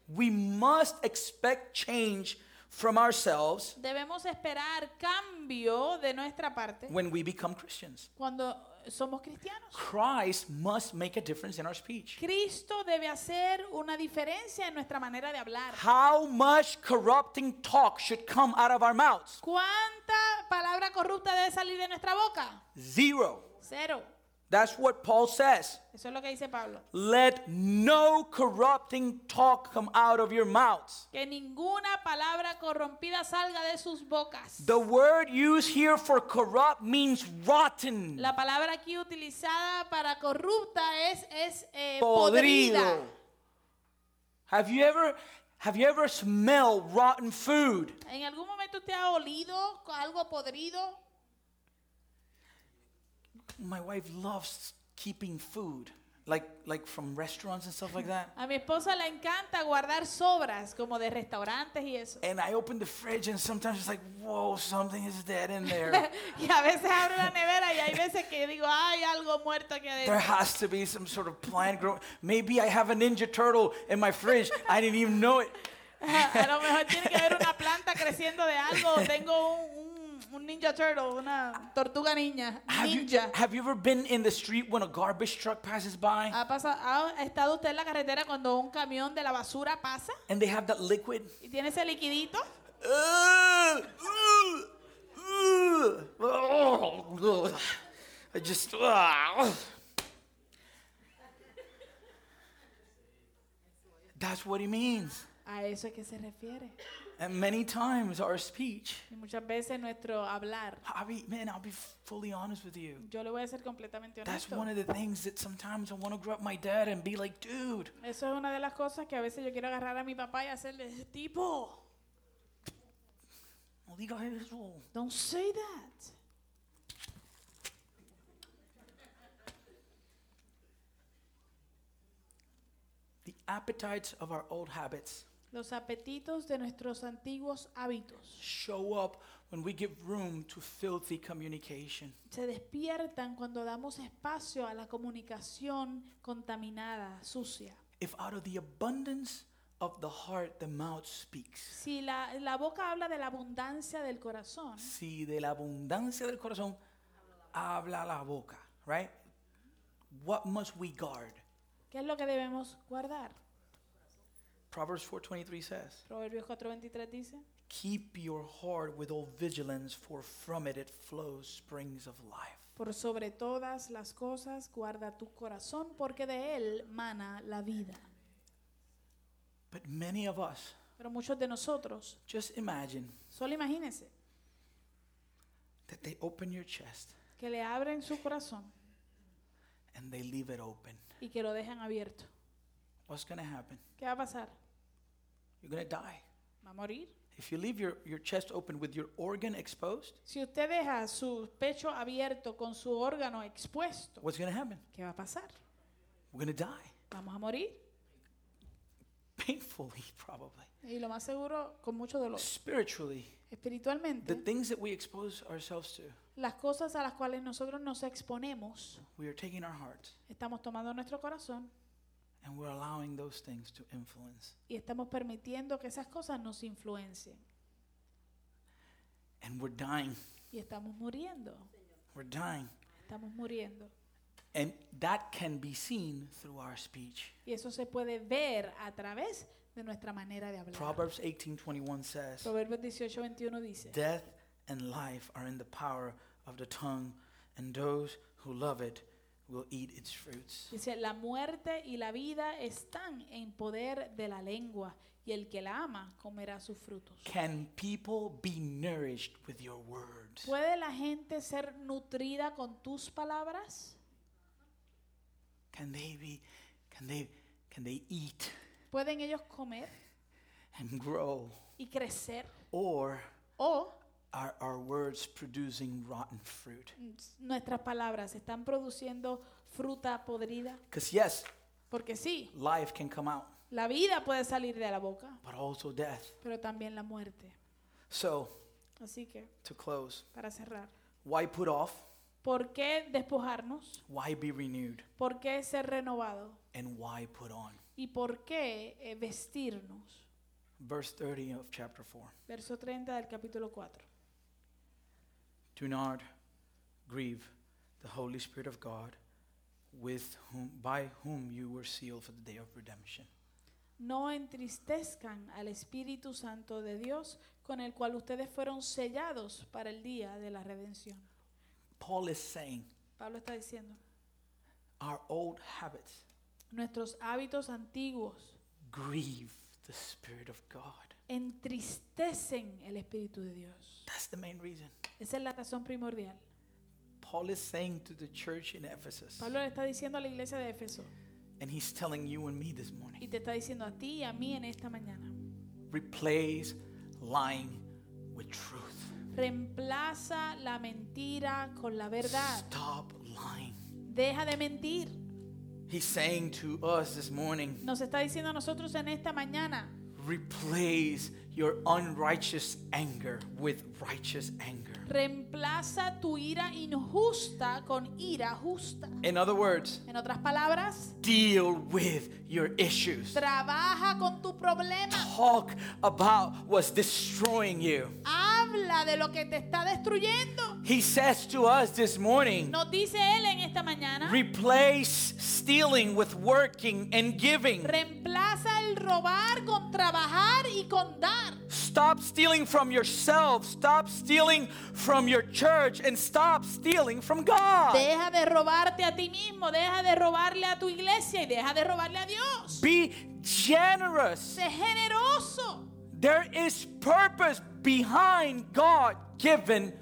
Speaker 2: We must expect change from ourselves
Speaker 1: Debemos esperar cambio de nuestra parte
Speaker 2: when we become Christians.
Speaker 1: cuando somos cristianos.
Speaker 2: Christ must make a difference in our speech.
Speaker 1: Cristo debe hacer una diferencia en nuestra manera de hablar.
Speaker 2: How much corrupting talk should come out of our mouths?
Speaker 1: ¿Cuánta palabra corrupta debe salir de nuestra boca?
Speaker 2: Zero.
Speaker 1: Cero.
Speaker 2: That's what Paul says.
Speaker 1: Eso es lo que dice Pablo.
Speaker 2: Let no corrupting talk come out of your mouths.
Speaker 1: Que ninguna palabra corrompida salga de sus bocas.
Speaker 2: The word used here for corrupt means rotten,
Speaker 1: La palabra aquí utilizada para corrupta es, es eh, podrida.
Speaker 2: podrido. Have you ever have you ever smelled rotten food?
Speaker 1: ¿En algún momento usted ha olido algo podrido?
Speaker 2: My wife loves keeping food, like like from restaurants and stuff like that.
Speaker 1: A mi esposa le encanta guardar sobras como de restaurantes y eso.
Speaker 2: And I open the fridge and sometimes it's like, whoa, something is dead in there.
Speaker 1: Y a veces abro la nevera y hay veces que digo, hay algo muerto aquí adentro.
Speaker 2: There has to be some sort of plant growing. Maybe I have a Ninja Turtle in my fridge. I didn't even know it.
Speaker 1: A lo mejor tiene que haber una planta creciendo de algo. o Tengo un, un, un ninja turtle, una tortuga niña,
Speaker 2: Have you,
Speaker 1: ninja.
Speaker 2: have you ever been in the street when a garbage truck passes by
Speaker 1: ¿Ha, pasado, ¿Ha estado usted en la carretera cuando un camión de la basura pasa
Speaker 2: and they have that liquid?
Speaker 1: y tiene ese liquidito?
Speaker 2: Ugh, ugh, ugh. Ugh. I just. ah. ugh. That's what he means.
Speaker 1: A eso es que se refiere.
Speaker 2: And many times our speech.
Speaker 1: Y muchas veces nuestro hablar,
Speaker 2: I'll be, man, I'll be fully honest with you.
Speaker 1: yo le voy a ser completamente
Speaker 2: That's
Speaker 1: honesto.
Speaker 2: one of the things that sometimes I want to grab my dad and be like, dude,
Speaker 1: Eso es una de las cosas que a veces yo quiero agarrar a mi papá y hacerle, tipo,
Speaker 2: no digas eso.
Speaker 1: don't say that.
Speaker 2: The appetites of our old habits
Speaker 1: Los apetitos de nuestros antiguos hábitos
Speaker 2: show up when we give room to filthy communication.
Speaker 1: Se despiertan cuando damos espacio a la comunicación contaminada, sucia.
Speaker 2: If out of the abundance of the heart the mouth speaks.
Speaker 1: Si la, la boca habla de la abundancia del corazón,
Speaker 2: Si de la abundancia del corazón habla la boca, right? What must we guard?
Speaker 1: ¿qué es lo que debemos guardar?
Speaker 2: Proverbs 4:23 says,
Speaker 1: Proverbios 4:23 dice,
Speaker 2: "Keep your heart with all vigilance, for from it it flows springs of life."
Speaker 1: por sobre todas las cosas guarda tu corazón porque de él mana la vida.
Speaker 2: But many of us,
Speaker 1: Pero muchos de nosotros,
Speaker 2: just imagine
Speaker 1: solo imagínense,
Speaker 2: that they open your chest
Speaker 1: que le abren su corazón
Speaker 2: and they leave it open.
Speaker 1: y que lo dejan abierto.
Speaker 2: What's going to happen?
Speaker 1: ¿Qué va a pasar?
Speaker 2: You're going to die.
Speaker 1: ¿Va a morir?
Speaker 2: If you leave your, your chest open with your organ exposed,
Speaker 1: Si usted deja su pecho abierto con su órgano expuesto,
Speaker 2: what's going to happen?
Speaker 1: ¿qué va a pasar?
Speaker 2: We're going to die.
Speaker 1: Vamos a morir
Speaker 2: Painfully, probably.
Speaker 1: y lo más seguro con mucho dolor.
Speaker 2: Spiritually, the
Speaker 1: Espiritualmente,
Speaker 2: things that we expose ourselves to,
Speaker 1: las cosas a las cuales nosotros nos exponemos,
Speaker 2: we are taking our hearts
Speaker 1: estamos tomando nuestro corazón
Speaker 2: and we're allowing those things to influence.
Speaker 1: y estamos permitiendo que esas cosas nos influencien
Speaker 2: And we're dying.
Speaker 1: y estamos muriendo,
Speaker 2: We're dying.
Speaker 1: estamos muriendo.
Speaker 2: And that can be seen through our speech.
Speaker 1: Y eso se puede ver a través de nuestra manera de hablar.
Speaker 2: Proverbs 18:21 says,
Speaker 1: Proverbios 18, 21 dice,
Speaker 2: Death and life are in the power of the tongue, and those who love it will eat its fruits.
Speaker 1: dice, la muerte y la vida están en poder de la lengua y el que la ama comerá sus frutos.
Speaker 2: Can people be nourished with your words?
Speaker 1: ¿Puede la gente ser nutrida con tus palabras?
Speaker 2: Can they be can they can they eat
Speaker 1: ¿Pueden ellos comer
Speaker 2: and grow?
Speaker 1: y crecer?
Speaker 2: Or
Speaker 1: ¿O
Speaker 2: are our words producing rotten fruit?
Speaker 1: nuestras palabras están produciendo fruta podrida?
Speaker 2: Because yes,
Speaker 1: Porque sí,
Speaker 2: life can come out,
Speaker 1: la vida puede salir de la boca,
Speaker 2: but also death.
Speaker 1: pero también la muerte.
Speaker 2: So
Speaker 1: Así que,
Speaker 2: to close,
Speaker 1: para cerrar,
Speaker 2: why put off?
Speaker 1: ¿por qué despojarnos?
Speaker 2: Why be renewed?
Speaker 1: ¿Por qué ser renovado?
Speaker 2: And why put on?
Speaker 1: ¿Y por qué eh, vestirnos?
Speaker 2: Verse 30 of chapter 4.
Speaker 1: Verso 30 del capítulo 4.
Speaker 2: Do not grieve the Holy Spirit of God, with whom, by whom you were sealed for the day of redemption.
Speaker 1: No entristezcan al Espíritu Santo de Dios, con el cual ustedes fueron sellados para el día de la redención.
Speaker 2: Paul is saying
Speaker 1: Pablo está diciendo,
Speaker 2: our old habits
Speaker 1: nuestros hábitos antiguos
Speaker 2: grieve the Spirit of God.
Speaker 1: entristecen el Espíritu de Dios.
Speaker 2: That's the main reason.
Speaker 1: Esa es la razón primordial.
Speaker 2: Paul is saying to the church in Ephesus,
Speaker 1: Pablo le está diciendo a la iglesia de Éfeso
Speaker 2: and he's telling you and me this
Speaker 1: y
Speaker 2: morning
Speaker 1: te está diciendo a ti y a mí en esta mañana.
Speaker 2: replace lying with truth.
Speaker 1: Reemplaza la mentira con la verdad.
Speaker 2: Stop lying.
Speaker 1: Deja de mentir.
Speaker 2: He's saying to us this morning,
Speaker 1: Nos está diciendo a nosotros en esta mañana,
Speaker 2: replace your unrighteous anger with righteous anger.
Speaker 1: reemplaza tu ira injusta con ira justa.
Speaker 2: In other words,
Speaker 1: En otras palabras,
Speaker 2: deal with your issues.
Speaker 1: trabaja con tu problema.
Speaker 2: Talk about what's destroying you.
Speaker 1: Habla de lo que te está destruyendo.
Speaker 2: He says to us this morning
Speaker 1: Nos dice él en esta mañana.
Speaker 2: replace stealing with working and giving.
Speaker 1: Reemplaza el robar con trabajar y con dar.
Speaker 2: Stop stealing from yourself, stop stealing from your church, and stop stealing from God.
Speaker 1: Deja de robarte a ti mismo, deja de robarle a tu iglesia y deja de robarle a Dios.
Speaker 2: Be generous.
Speaker 1: Sé generoso.
Speaker 2: There is purpose behind God given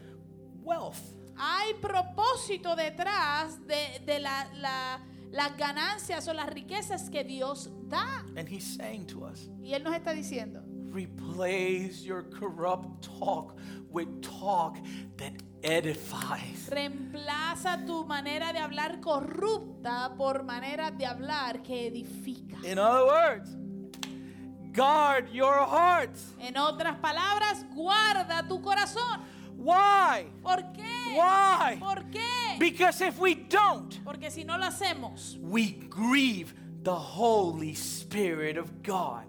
Speaker 2: wealth.
Speaker 1: Hay propósito detrás de, de la- la- las ganancias o las riquezas que Dios da.
Speaker 2: And He's saying to us,
Speaker 1: Y Él nos está diciendo,
Speaker 2: replace your corrupt talk with talk that edifies.
Speaker 1: reemplaza tu manera de hablar corrupta por manera de hablar que edifica.
Speaker 2: In other words, guard your hearts.
Speaker 1: En otras palabras, guarda tu corazón.
Speaker 2: Why?
Speaker 1: ¿Por qué?
Speaker 2: Why?
Speaker 1: ¿Por qué?
Speaker 2: Because if we don't,
Speaker 1: Porque si no lo hacemos,
Speaker 2: we grieve the Holy Spirit of God.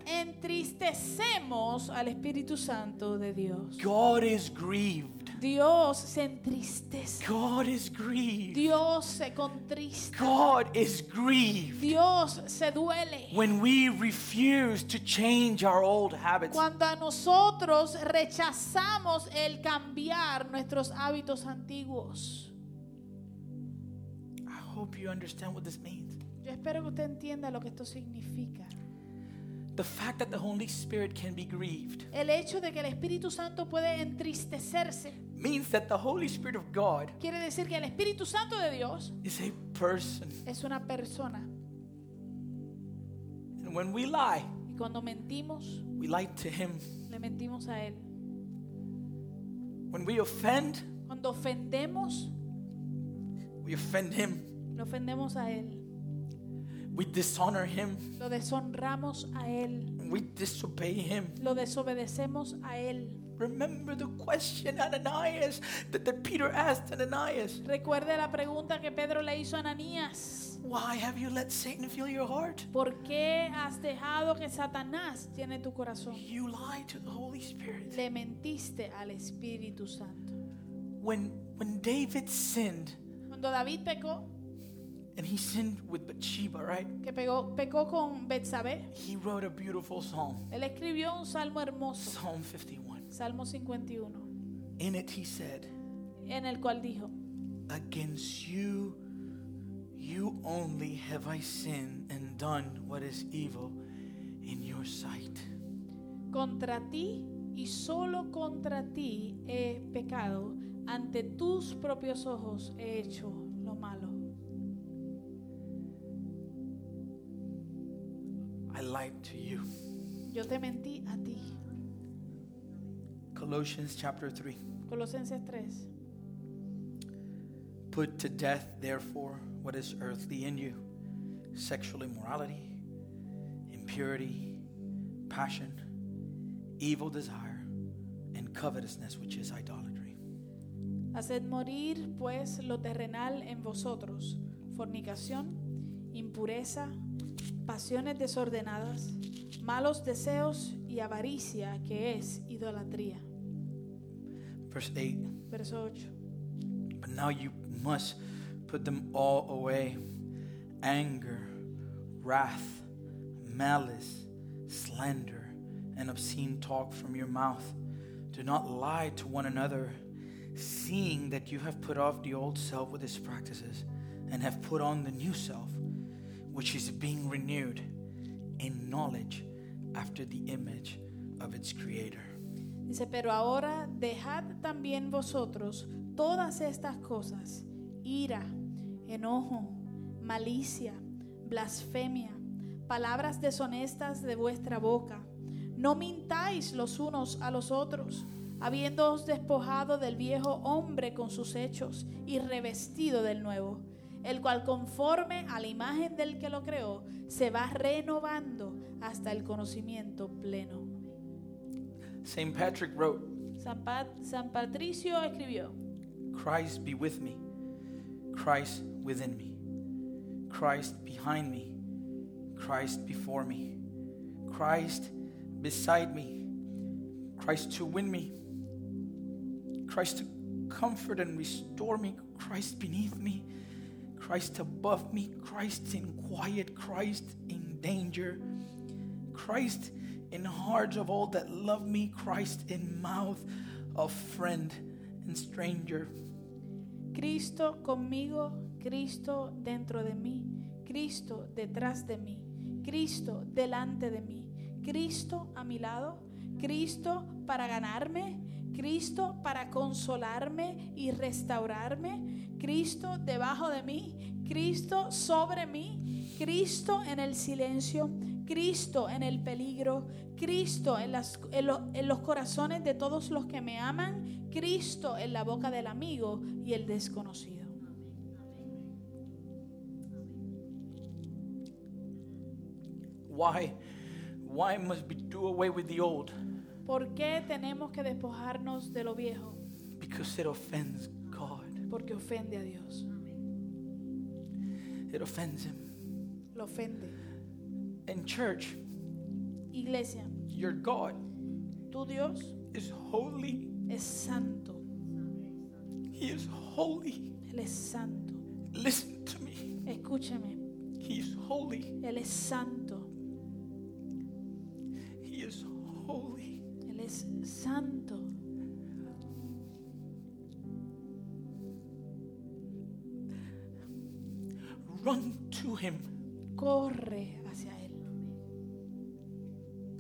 Speaker 1: entristecemos al Espíritu Santo de Dios.
Speaker 2: God is grieved.
Speaker 1: Dios se entristece.
Speaker 2: God is grieved.
Speaker 1: Dios se contrista.
Speaker 2: God is grieved
Speaker 1: Dios se duele.
Speaker 2: when we refuse to change our old habits.
Speaker 1: Cuando a nosotros rechazamos el cambiar nuestros hábitos antiguos.
Speaker 2: I hope you understand what this means.
Speaker 1: Yo espero que usted entienda lo que esto significa.
Speaker 2: The fact that the Holy Spirit can be grieved
Speaker 1: El hecho de que el Espíritu Santo puede entristecerse
Speaker 2: means that the Holy Spirit of God
Speaker 1: quiere decir que el Espíritu Santo de Dios
Speaker 2: is a person.
Speaker 1: es una persona.
Speaker 2: And when we lie,
Speaker 1: Y cuando mentimos,
Speaker 2: we lie to Him.
Speaker 1: le mentimos a Él.
Speaker 2: When we offend,
Speaker 1: Cuando ofendemos,
Speaker 2: we offend Him.
Speaker 1: lo ofendemos a Él.
Speaker 2: We dishonor Him.
Speaker 1: Lo deshonramos a Él.
Speaker 2: We disobey Him.
Speaker 1: Lo desobedecemos a Él.
Speaker 2: Remember the question Ananias that, that Peter asked Ananias.
Speaker 1: Recuerde la pregunta que Pedro le hizo a Ananías.
Speaker 2: Why have you let Satan fill your heart?
Speaker 1: ¿Por qué has dejado que Satanás llene tu corazón?
Speaker 2: You lie to the Holy Spirit.
Speaker 1: Le mentiste al Espíritu Santo.
Speaker 2: When when David sinned,
Speaker 1: Cuando David pecó,
Speaker 2: and he sinned with Bathsheba, right?
Speaker 1: que pegó, pecó con Betsabé,
Speaker 2: He wrote a beautiful psalm,
Speaker 1: él escribió un salmo hermoso,
Speaker 2: Psalm 51.
Speaker 1: Salmo 51,
Speaker 2: In it he said,
Speaker 1: en el cual dijo,
Speaker 2: Against you, you only have I sinned and done what is evil in your sight.
Speaker 1: Contra ti y solo contra ti he pecado. Ante tus propios ojos he hecho lo malo.
Speaker 2: I lied to you.
Speaker 1: Yo te mentí a ti.
Speaker 2: Colossians chapter 3.
Speaker 1: Colosenses 3.
Speaker 2: Put to death, therefore, what is earthly in you sexual immorality, impurity, passion, evil desire, and covetousness, which is idolatry.
Speaker 1: Haced morir pues lo terrenal en vosotros, fornicación, impureza, pasiones desordenadas, malos deseos y avaricia que es idolatría.
Speaker 2: Verse 8
Speaker 1: Verso 8.
Speaker 2: But now you must put them all away anger, wrath, malice, slander, and obscene talk from your mouth. Do not lie to one another, seeing that you have put off the old self with its practices and have put on the new self, which is being renewed in knowledge after the image of its creator.
Speaker 1: Dice, pero ahora dejad también vosotros todas estas cosas, ira, enojo, malicia, blasfemia, palabras deshonestas de vuestra boca. No mintáis los unos a los otros, habiéndoos despojado del viejo hombre con sus hechos y revestido del nuevo, el cual conforme a la imagen del que lo creó, se va renovando hasta el conocimiento pleno.
Speaker 2: St. Patrick wrote,
Speaker 1: San, Pat- San Patricio escribió,
Speaker 2: Christ be with me, Christ within me, Christ behind me, Christ before me, Christ beside me, Christ to win me, Christ to comfort and restore me, Christ beneath me, Christ above me, Christ in quiet, Christ in danger, Christ in hearts of all that love me, Christ in mouth of friend and stranger.
Speaker 1: Cristo conmigo, Cristo dentro de mí, Cristo detrás de mí, Cristo delante de mí, Cristo a mi lado, Cristo para ganarme, Cristo para consolarme y restaurarme, Cristo debajo de mí, Cristo sobre mí, Cristo en el silencio, Cristo en el peligro, Cristo en, las- en lo- en los corazones de todos los que me aman, Cristo en la boca del amigo y el desconocido.
Speaker 2: Why? Why must we do away with the old?
Speaker 1: ¿Por qué tenemos que despojarnos de lo viejo?
Speaker 2: because it offends God.
Speaker 1: porque ofende a Dios.
Speaker 2: It offends Him.
Speaker 1: Lo ofende.
Speaker 2: In church,
Speaker 1: Iglesia,
Speaker 2: your God
Speaker 1: tu Dios
Speaker 2: is holy.
Speaker 1: es santo.
Speaker 2: He is holy.
Speaker 1: Él es santo.
Speaker 2: Listen to me.
Speaker 1: Escúchame.
Speaker 2: He is holy.
Speaker 1: Él es santo.
Speaker 2: He is holy.
Speaker 1: Él es santo.
Speaker 2: Run to Him.
Speaker 1: Corre hacia Él.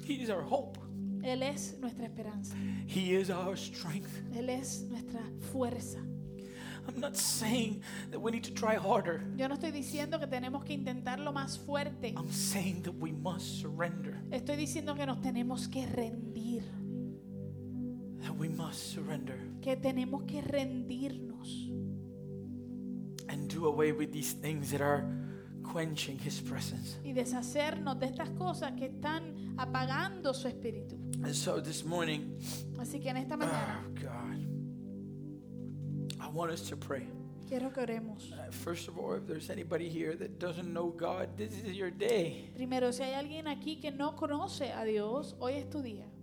Speaker 2: He is our hope.
Speaker 1: Él es nuestra esperanza.
Speaker 2: He is our strength.
Speaker 1: Él es nuestra fuerza.
Speaker 2: I'm not saying that we need to try harder.
Speaker 1: Yo no estoy diciendo que tenemos que intentarlo más fuerte.
Speaker 2: I'm saying that we must surrender.
Speaker 1: Estoy diciendo que nos tenemos que rendir.
Speaker 2: That we must surrender
Speaker 1: Que tenemos que rendirnos.
Speaker 2: and do away with these things that are quenching His presence.
Speaker 1: Y deshacernos de estas cosas que están apagando su espíritu.
Speaker 2: And so this morning,
Speaker 1: Así que en esta
Speaker 2: oh
Speaker 1: mañana
Speaker 2: God, I want us to pray.
Speaker 1: quiero que oremos.
Speaker 2: Uh, First of all, if there's anybody here that doesn't know God, this is your day.
Speaker 1: Primero, si hay alguien aquí que no conoce a Dios, hoy es tu día.